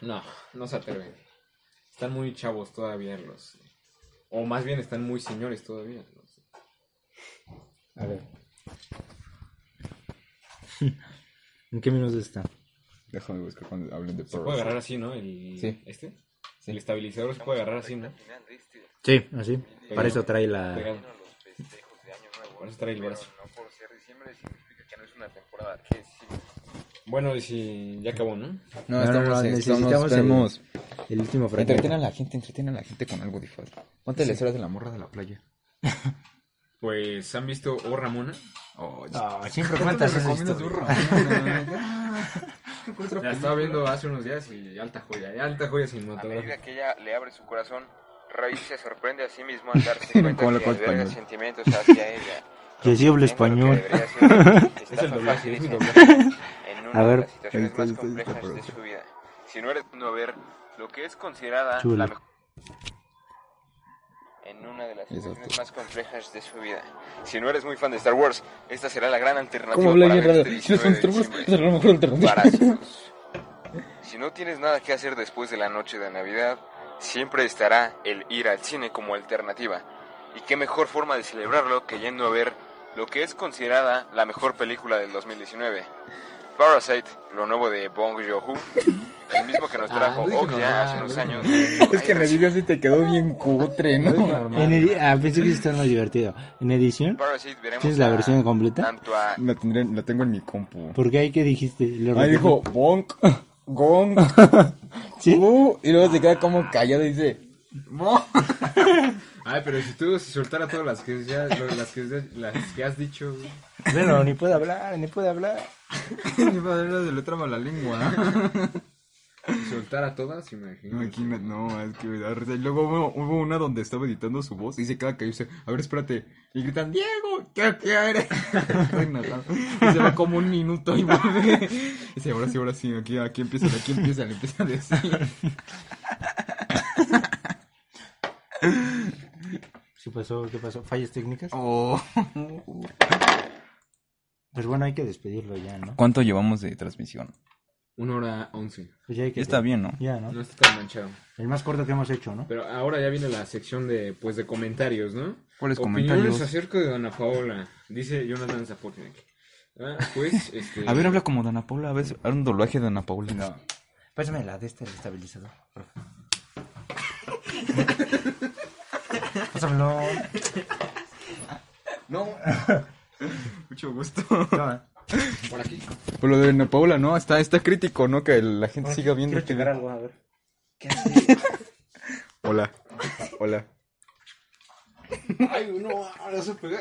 B: No, no se atreven. Están muy chavos todavía los... O más bien están muy señores todavía. no sé.
I: A ver. ¿En qué minutos está?
D: Déjame buscar cuando hablen de
B: Se puede agarrar así, ¿no? El...
D: Sí.
B: ¿Este?
D: Sí.
B: El estabilizador se puede agarrar así, ¿no?
I: Sí, así. Para eso trae la...
B: Pegado. Por eso trae el brazo.
M: no por ser diciembre significa que no es una temporada que sí.
B: Bueno, y si ya acabó, ¿no?
N: No,
D: No,
N: no,
D: estamos,
N: no,
D: estamos-
N: necesitamos el-
D: estamos-
N: El último
D: Entreten a
N: fragmento.
D: la gente, entreten a la gente con algo diferente. Ponte las horas de la morra de la playa.
B: Pues, ¿han visto O Ramona?
D: Oh,
C: Ah, siempre
D: ¿Cuánto
C: cuentas
D: me
C: esa
D: recomiendas
C: historia.
D: un
B: La estaba viendo hace unos días y alta joya, y alta joya
I: A medida
B: cinematográfica.
I: que ella le abre su corazón, Raúl se sorprende a sí mismo al darse cuenta
D: Como lo
I: que
D: cual
I: alberga
D: español.
I: sentimientos hacia ella.
N: Que sí habla
I: Comprendiendo lo que debería ser un
B: Es el doblaje, es el
I: estafa
B: doblaje.
I: en una
N: A ver,
I: de las situaciones
N: está-
I: más
N: está- está-
I: complejas de su vida. Si no eres uno a ver lo que es considerada
N: Chulo.
I: la mejor en una de las
D: Eso
I: situaciones
D: está.
I: más complejas de su vida. Si no eres muy fan de Star Wars, esta será la gran alternativa
D: ¿Cómo habla
I: para
D: bien
I: ver
D: raro?
I: este
D: Si no son
I: 19 de
D: trucos,
I: diciembre.
D: es la mejor alternativa.
I: Parásitos. Si no tienes nada que hacer después de la noche de Navidad, siempre estará el ir al cine como alternativa. Y qué mejor forma de celebrarlo que yendo a ver lo que es considerada la mejor película del 2019. Parasite, lo nuevo de Bong Joon-ho, el mismo que nos
O: Ah,
I: trajo Okja hace unos años.
D: Es que revivió y te quedó bien cutre, ¿no?
C: Normal.
O: En edi- ah, pensé que esto es lo divertido. En edición,
I: Parasite veremos
O: ¿tienes la
I: a-
O: versión completa?
I: tanto a
D: La, tendré, la tengo en mi compu.
O: Porque ahí que dijiste, lo repito.
D: Ahí dijo, bonk, gong,
O: ¿Sí?
D: uh, y luego se queda como callado y dice, "Bonk".
B: Ay, pero si tú si soltara todas las que ya, lo- las que, ya- las que has dicho, güey.
C: Bueno, ni puedo hablar, ni puedo hablar.
D: Mi padre se le traba la lengua.
B: si soltara todas, imagínate.
D: Imagínate, no, es que me da risa. Y luego hubo, hubo una donde estaba editando su voz y se queda callado y dice, a ver, espérate. Y gritan, Diego, ¿qué quieres? Ay, no, no. y se va como un minuto y vuelve. Y dice, ahora sí, ahora sí, aquí, aquí empieza, aquí empieza, le empieza a decir.
C: ¿Qué pasó? ¿Qué pasó? ¿Fallas técnicas?
D: Oh.
C: Pues bueno, hay que despedirlo ya, ¿no?
D: ¿Cuánto llevamos de transmisión?
B: Una hora once.
C: Pues ya hay que
D: Está bien, ¿no?
C: Ya, ¿no?
B: No está tan manchado.
C: El más corto que hemos hecho, ¿no?
B: Pero ahora ya viene la sección de, pues, de comentarios, ¿no?
D: ¿Cuáles
B: Opiniones
D: comentarios?
B: acerca de Ana Paola, dice Jonathan Zapotnik. Ah, pues, este...
D: A ver, habla como Dana Paula, a ver, haz un doblaje de Dana Paula. No.
C: Pásame la de este estabilizador, por favor. Pásamelo.
D: Mucho gusto.
C: Toma.
B: Por aquí.
D: Pues lo de Dana Paula, ¿no? Está, está crítico, ¿no? Que la gente siga viendo.
C: Quiero
D: que-
C: checar algo, a ver.
D: Hola. Hola.
B: Ay, no, ahora se pega.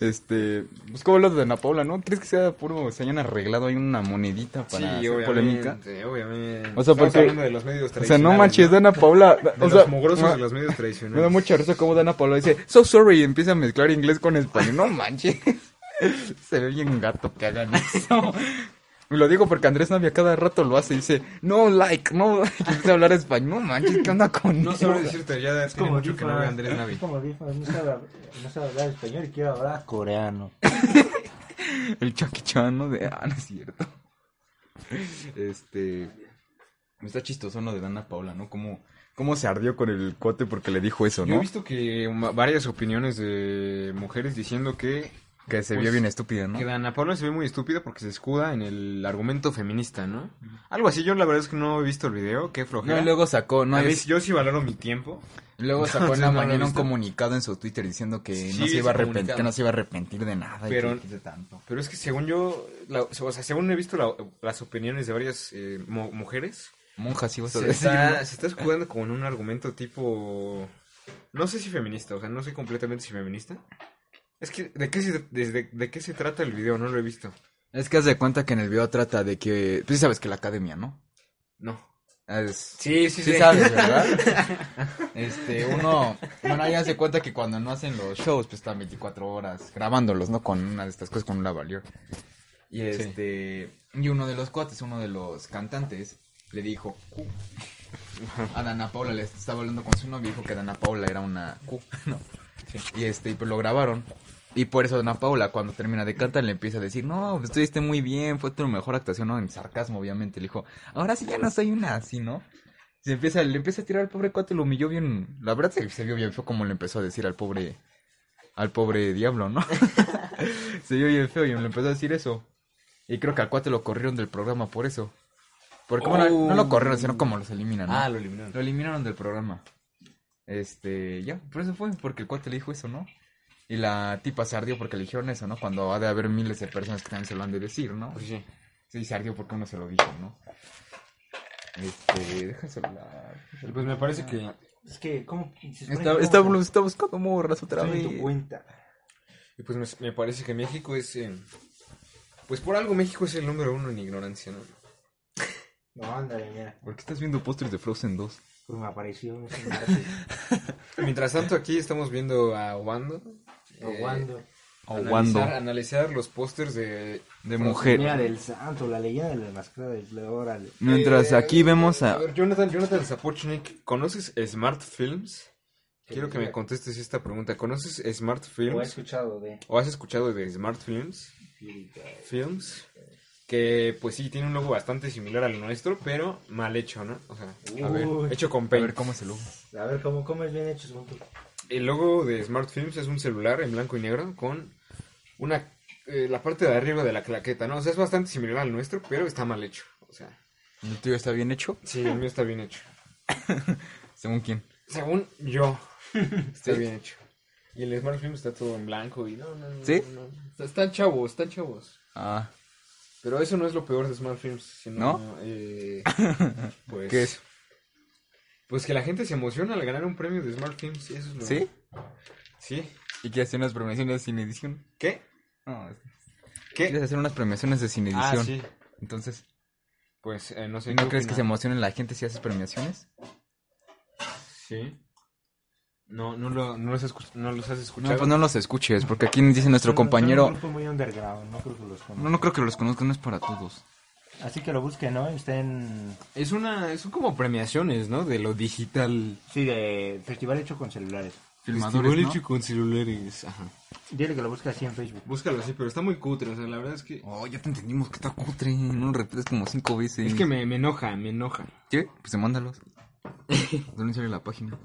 D: Este, pues como lo de Dana Paola, ¿no? ¿Crees que sea puro, se hayan arreglado ahí una monedita
B: Sí,
D: para hacer
B: obviamente,
D: polémica?
B: obviamente.
D: O sea,
B: Estamos
D: porque-
B: hablando de los medios
D: O sea,
B: tradicionales.
D: no manches, Dana Paula.
B: De
D: O
B: los
D: sea,
B: mugrosos
D: ma-
B: de los medios
D: me da
B: tradicionales.
D: mucha risa como Dana Paola dice, so sorry, y empieza a mezclar inglés con español. No manches. Se ve bien gato que hagan eso. Y Lo digo porque Andrés Navia cada rato lo hace y dice, no like, no like, y empieza a hablar español. No manches, ¿qué onda con
B: No
D: eso?
B: sabré decirte, ya es tiene mucho que no veo a Andrés Navi.
C: Es como dijo, no sabe, no sabe hablar español y quiero hablar coreano.
D: El chaquichano de. Ah, no es cierto. Este. Está chistoso lo de Dana Paula, ¿no? ¿Cómo, cómo se ardió con el cuate porque le dijo eso,
B: Yo he
D: ¿no?
B: visto que ma- varias opiniones de mujeres diciendo que,
D: Que se vio
B: Pues,
D: bien estúpida, ¿no?
B: que Dana Paula se ve muy estúpida porque se escuda en el argumento feminista, ¿no? Algo así, yo la verdad es que no he visto el video, qué
D: No,
B: flojera.
D: y luego sacó, no,
B: A
D: yo-
B: ver, yo sí valoro mi tiempo.
D: luego sacó
B: no,
D: en la
B: no lo he
D: mañana un
B: visto.
D: comunicado en su Twitter diciendo que,
B: Sí,
D: no se iba a
B: ese
D: arrepentir,
B: comunicado.
D: que no se iba a arrepentir de nada. y
B: Pero-
D: que hizo tanto.
B: Pero es que según yo, la- o sea, según he visto la- las opiniones de varias eh, mo- mujeres,
D: Monjas ibas a
B: se
D: decir.
B: está,
D: ¿no?
B: se está escudando con un argumento tipo... No sé si feminista, o sea, no sé completamente si feminista. Es que, ¿de qué se, desde, ¿de qué se trata el video? No lo he visto.
D: Es que haz de cuenta que en el video trata de que. Pues sí sabes que la academia, ¿no? Ah,
B: No.
D: Es-
B: Sí,
D: Sí sabes, ¿verdad? Este, uno, bueno, ahí hace cuenta que cuando no hacen los shows, pues están 24 horas grabándolos, ¿no? Con una de estas cosas, con un lavalier. Y este, y uno de los cuates, uno de los cantantes, le dijo Q. A Dana Paula le estaba hablando con su novio, dijo que Dana Paula era una Q, ¿no? Y este, y pues lo grabaron. Y por eso Dana Paula, cuando termina de cantar, le empieza a decir, no, pues, estuviste muy bien, fue tu mejor actuación, ¿no? En sarcasmo, obviamente. Le dijo, ahora sí ya no soy una así, ¿no? Se empieza, le empieza a tirar al pobre cuate, lo humilló bien. La verdad se, se vio bien feo como le empezó a decir al pobre, al pobre diablo, ¿no? se vio bien feo y le empezó a decir eso. Y creo que al cuate lo corrieron del programa por eso. Porque, bueno, no lo corrieron, sino como los eliminan, ¿no?
B: Oh. Ah, lo eliminaron.
D: Lo eliminaron del programa. Este, ya, por eso fue, porque el cuate le dijo eso, ¿no? Y la tipa se ardió porque le dijeron eso, ¿no? Cuando ha de haber miles de personas que también se lo han de decir, ¿no?
C: Pues
B: sí.
D: Sí, se ardió porque uno se lo dijo, ¿no? Este, deja el celular.
B: Pues me parece que
C: Es que, ¿cómo? se supone
D: Está,
C: que
D: está,
C: cómo?
D: bus- está buscando morras otra
C: Estoy en
D: vez.
C: tu cuenta.
B: Y pues me, me parece que México es... eh, pues por algo México es el número uno en ignorancia, ¿no?
C: No, ándale, mira.
D: ¿Por qué estás viendo pósters de Frozen 2?
C: Pues me apareció ese martes.
B: Mientras tanto aquí estamos viendo a Wando. eh,
C: Aguando.
D: O
B: analizar,
D: Oh, Wando.
B: analizar los pósters de...
D: De
C: Mira,
D: mujer.
C: del santo, la leyenda de la mascarada del Ple- órale.
D: Mientras
B: Eh,
D: aquí vemos
B: A
D: a...
B: ver, Jonathan, Jonathan Zapochnik, ¿conoces Smart Films? Quiero que me contestes esta pregunta. ¿Conoces Smart
C: Lo he
B: Films?
C: escuchado de...
B: ¿O has escuchado de Smart Films? Films. Que pues sí, tiene un logo bastante similar al nuestro, pero mal hecho, ¿no? O sea, a
C: Uy.
B: ver, hecho con
D: A
B: paint.
D: ver cómo es el logo.
C: A ver, ¿cómo, cómo es bien hecho según tú?
B: El logo de Smart Films es un celular en blanco y negro con una eh, la parte de arriba de la claqueta, ¿no? O sea, es bastante similar al nuestro, pero está mal hecho. O sea,
D: ¿El tuyo está bien hecho?
B: sí, el mío está bien hecho.
D: ¿Según quién?
B: Según yo, está bien hecho. Y el Smart Film está todo en blanco y no, no, no.
D: ¿Sí?
B: no, no. Está- Están chavos, están chavos.
D: Ah,
B: Pero eso no es lo peor de Smart Films, sino.
D: ¿No?
B: eh, pues,
D: ¿qué es?
B: Pues que la gente se emociona al ganar un premio de Smart Films. Eso es lo
D: ¿Sí?
B: Sí.
D: ¿Y qué hacen unas premiaciones sin edición?
B: ¿Qué?
D: No, es que-
B: ¿Qué?
D: ¿Quieres hacer unas premiaciones de sin edición?
B: Ah, sí.
D: Entonces,
B: Pues eh, no sé.
D: ¿no
B: ¿qué
D: crees que se
B: opinan?
D: emocione la gente si haces premiaciones?
B: Sí. No, no, lo- no, los, escu- no los has escuchado.
D: No, pues no los escuches, porque aquí dice nuestro
C: Son- Son
D: compañero...
C: un grupo muy underground, no creo que los
D: No,
C: conozcan.
D: no creo que los conozcan, no es para todos.
C: Así que lo busquen, ¿no? Estén...
B: Es una, son como premiaciones, ¿no? De lo digital.
C: Sí, de festival hecho con celulares.
D: Filmadores, ¿no?
B: Festival hecho con celulares. Ajá.
C: Dile que lo busque así en Facebook.
B: Búscalo así, pero está muy cutre. O sea, la verdad es que.
D: Oh, ya te entendimos que está cutre. No lo repites como cinco veces.
B: Es que me, me enoja, me enoja.
D: ¿Qué? Pues te mándalos. Denúnciale la página.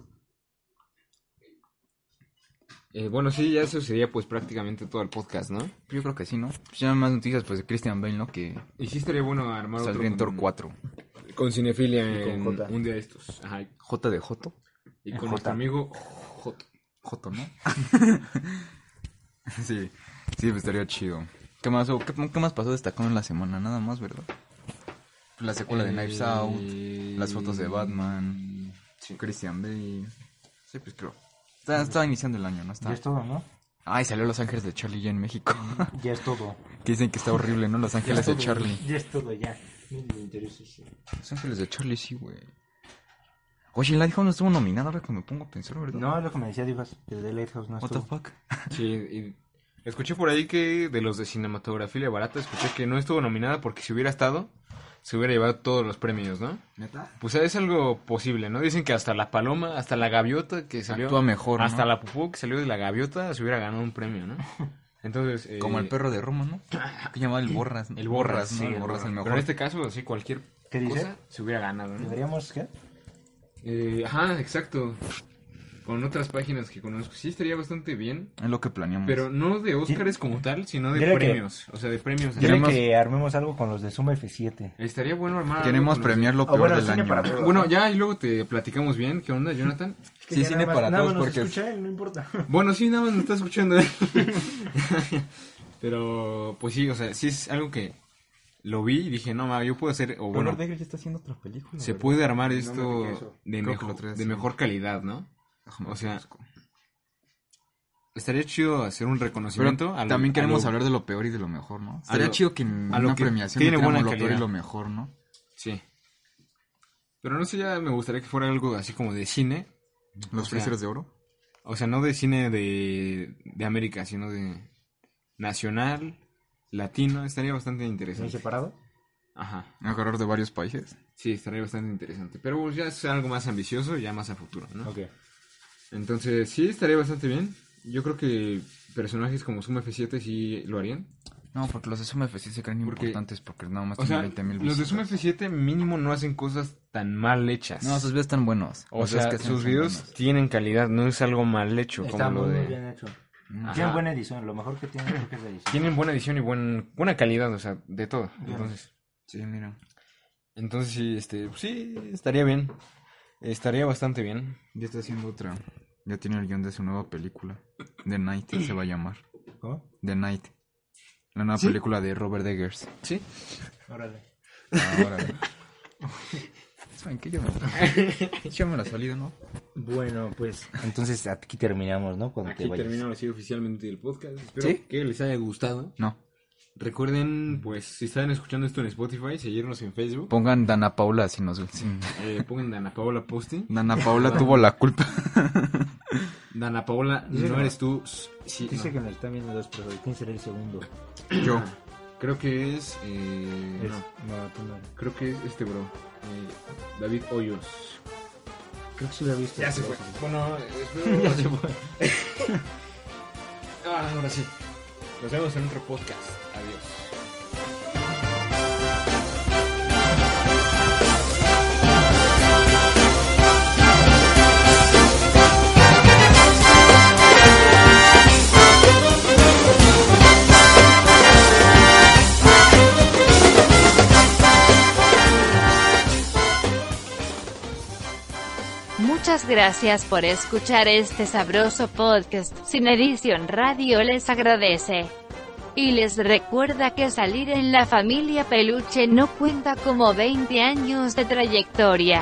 B: Eh, bueno, sí, ya eso sería pues prácticamente todo el podcast, ¿no?
D: Yo creo que sí, ¿no? Pues ya más noticias pues de Christian Bale, ¿no? Que
B: Y sí estaría bueno armar
D: saldría en
B: otro
D: Thor
B: con,
D: 4.
B: con cinefilia
C: Y con
B: en
C: Jota.
B: un día de estos. Ajá, y-
D: J de Joto.
B: y con nuestro amigo Joto.
D: Joto, ¿no? sí, sí, pues estaría chido. ¿Qué más, hubo? ¿Qué, qué más pasó destacado en la semana? Nada más, ¿verdad? Eh, La secuela de Knives Out, las fotos de Batman, Christian Bale. Sí, pues creo. Está, está iniciando el año, ¿no?
C: Ya
D: Está.
C: es todo, ¿no?
D: Ay, salió Los Ángeles de Charlie ya en México.
C: Ya es todo.
D: que dicen que está horrible, ¿no? Los Ángeles de Charlie.
C: Ya es todo, ya. Ni me interesa eso.
D: Los Ángeles de Charlie, sí, güey. Oye, Lighthouse no estuvo nominada ahora que me pongo a pensar, ¿verdad?
C: No, es lo que me decía, Divas, que el de Lighthouse no
D: What the
C: estuvo.
D: fuck?
B: Sí, y escuché por ahí que de los de cinematografía barata, escuché que no estuvo nominada porque si hubiera estado, se hubiera llevado todos los premios, ¿no?
D: ¿Neta?
B: Pues es algo posible, ¿no? Dicen que hasta la paloma, hasta la gaviota que salió.
D: Actúa mejor, ¿no?
B: Hasta la pupú que salió de la gaviota se hubiera ganado un premio, ¿no? Entonces. eh,
D: Como el perro de Roma, ¿no? Que llamaba el Borras. ¿no?
B: El Borras,
D: ¿no?
B: sí,
D: el Borras, el mejor.
B: Pero en este caso, sí, cualquier
C: ¿Qué dice?
B: cosa se hubiera ganado, ¿no?
C: ¿Deberíamos qué?
B: Eh, ajá, exacto. Con otras páginas que conozco. Sí, estaría bastante bien.
D: Es lo que planeamos.
B: Pero no de Óscares como tal, sino de
C: Dile que-
B: premios. O sea, de premios.
C: Dile
D: Queremos-
C: que armemos algo con los de Suma F7.
B: Estaría bueno armar. algo
D: Queremos
B: con los-
D: premiar lo
C: Ah,
D: peor
C: bueno,
D: del
C: cine
D: año.
C: para todos.
B: Bueno, ya y luego te platicamos bien. ¿Qué onda, Jonathan?
D: Sí,
C: Ya nada
D: cine
C: más-
D: para
C: nada
D: todos
C: más nos
D: porque
C: escucha ¿eh? él, no importa.
B: Bueno, sí, nada más nos está escuchando. ¿eh? Pero, pues sí, o sea, sí es algo que lo vi y dije, no, ma, yo puedo hacer, o bueno,
D: ya está haciendo otra película.
B: se puede armar esto
C: me fijé eso.
B: de,
D: Creo que
B: mejo-
D: lo traes,
B: de
D: sí.
B: mejor calidad, ¿no? O sea, estaría chido hacer un reconocimiento.
D: Pero
B: a lo-
D: también
B: a
D: queremos
B: lo-
D: hablar de lo peor y de lo mejor, ¿no? Estaría
B: lo-
D: chido que en
B: a lo
D: una
B: que
D: premiación
B: tiene
D: metiéramos
B: buena
D: lo peor y
B: calidad.
D: lo mejor, ¿no?
B: Sí. Pero no sé, ya me gustaría que fuera algo así como de cine.
D: Los
B: O sea,
D: freezers de oro.
B: O sea, no de cine de, de América, sino de nacional, latino. Estaría bastante
C: ¿No
B: interesante.
C: separado?
B: Ajá.
D: Agarrar de varios países.
B: Sí, estaría bastante interesante. Pero pues, ya es algo más ambicioso y ya más a futuro, ¿no?
C: Ok.
B: Entonces, sí, estaría bastante bien. Yo creo que personajes como Suma F7 sí lo harían.
D: No, porque los de Suma FC se creen
B: Porque-
D: importantes porque nada más
B: O sea,
D: tienen 20 mil
B: los de Suma F7 mínimo no hacen cosas tan mal hechas.
D: No, sus videos están buenos.
B: o, sea,
D: es que
B: sus
D: están
B: videos
D: buenos.
B: tienen calidad, no es algo mal hecho
C: Está
B: como
C: muy,
B: lo
C: muy
B: de...
C: bien hecho.
B: Ajá.
C: Tiene buena edición, lo mejor que tiene creo que es la edición.
B: Tienen buena edición y buen, buena calidad, o sea, de todo. Entonces,
D: Sí, mira.
B: pues entonces sí, este, sí, estaría bien. Estaría bastante bien.
D: Ya está haciendo otra. Ya tiene el guión de su nueva película. The Night se va a llamar.
P: ¿Cómo?
D: The Night. La nueva película de Robert Eggers. Ah, Sí.
P: Órale.
D: Ahora. ¿Saben qué? Yo me, yo me la salida, ¿no?
C: Bueno, pues
P: Entonces aquí terminamos, ¿no? Cuando
B: Aquí
P: te vayas.
B: terminamos así oficialmente el podcast. Espero
D: ¿Sí?
B: que les haya gustado.
D: No.
B: Recuerden, pues, si están escuchando esto en Spotify, seguirnos en Facebook.
D: Pongan Dana Paula si nos si-
B: Eh, pongan Dana Paola Posting.
D: Dana Paula tuvo la culpa.
B: Dana Paola,
C: Dice
B: no
C: que-
B: eres tú. s- Sí,
C: dice
B: no.
C: que nos están viendo dos personas. ¿Quién será el segundo?
B: yo. Creo que es. eh,
C: Es-
B: no,
C: No, tú no.
B: creo que es este bro. eh, David Hoyos.
C: Creo que sí lo he visto.
B: Ya se fue. Bueno, espero-
C: Ya se fue.
B: Ah, ahora sí. Nos vemos en otro podcast. Adiós.
Q: Muchas gracias por escuchar este sabroso podcast. Sin edición radio les agradece. Y les recuerda que salir en la familia peluche no cuenta como 20 años de trayectoria.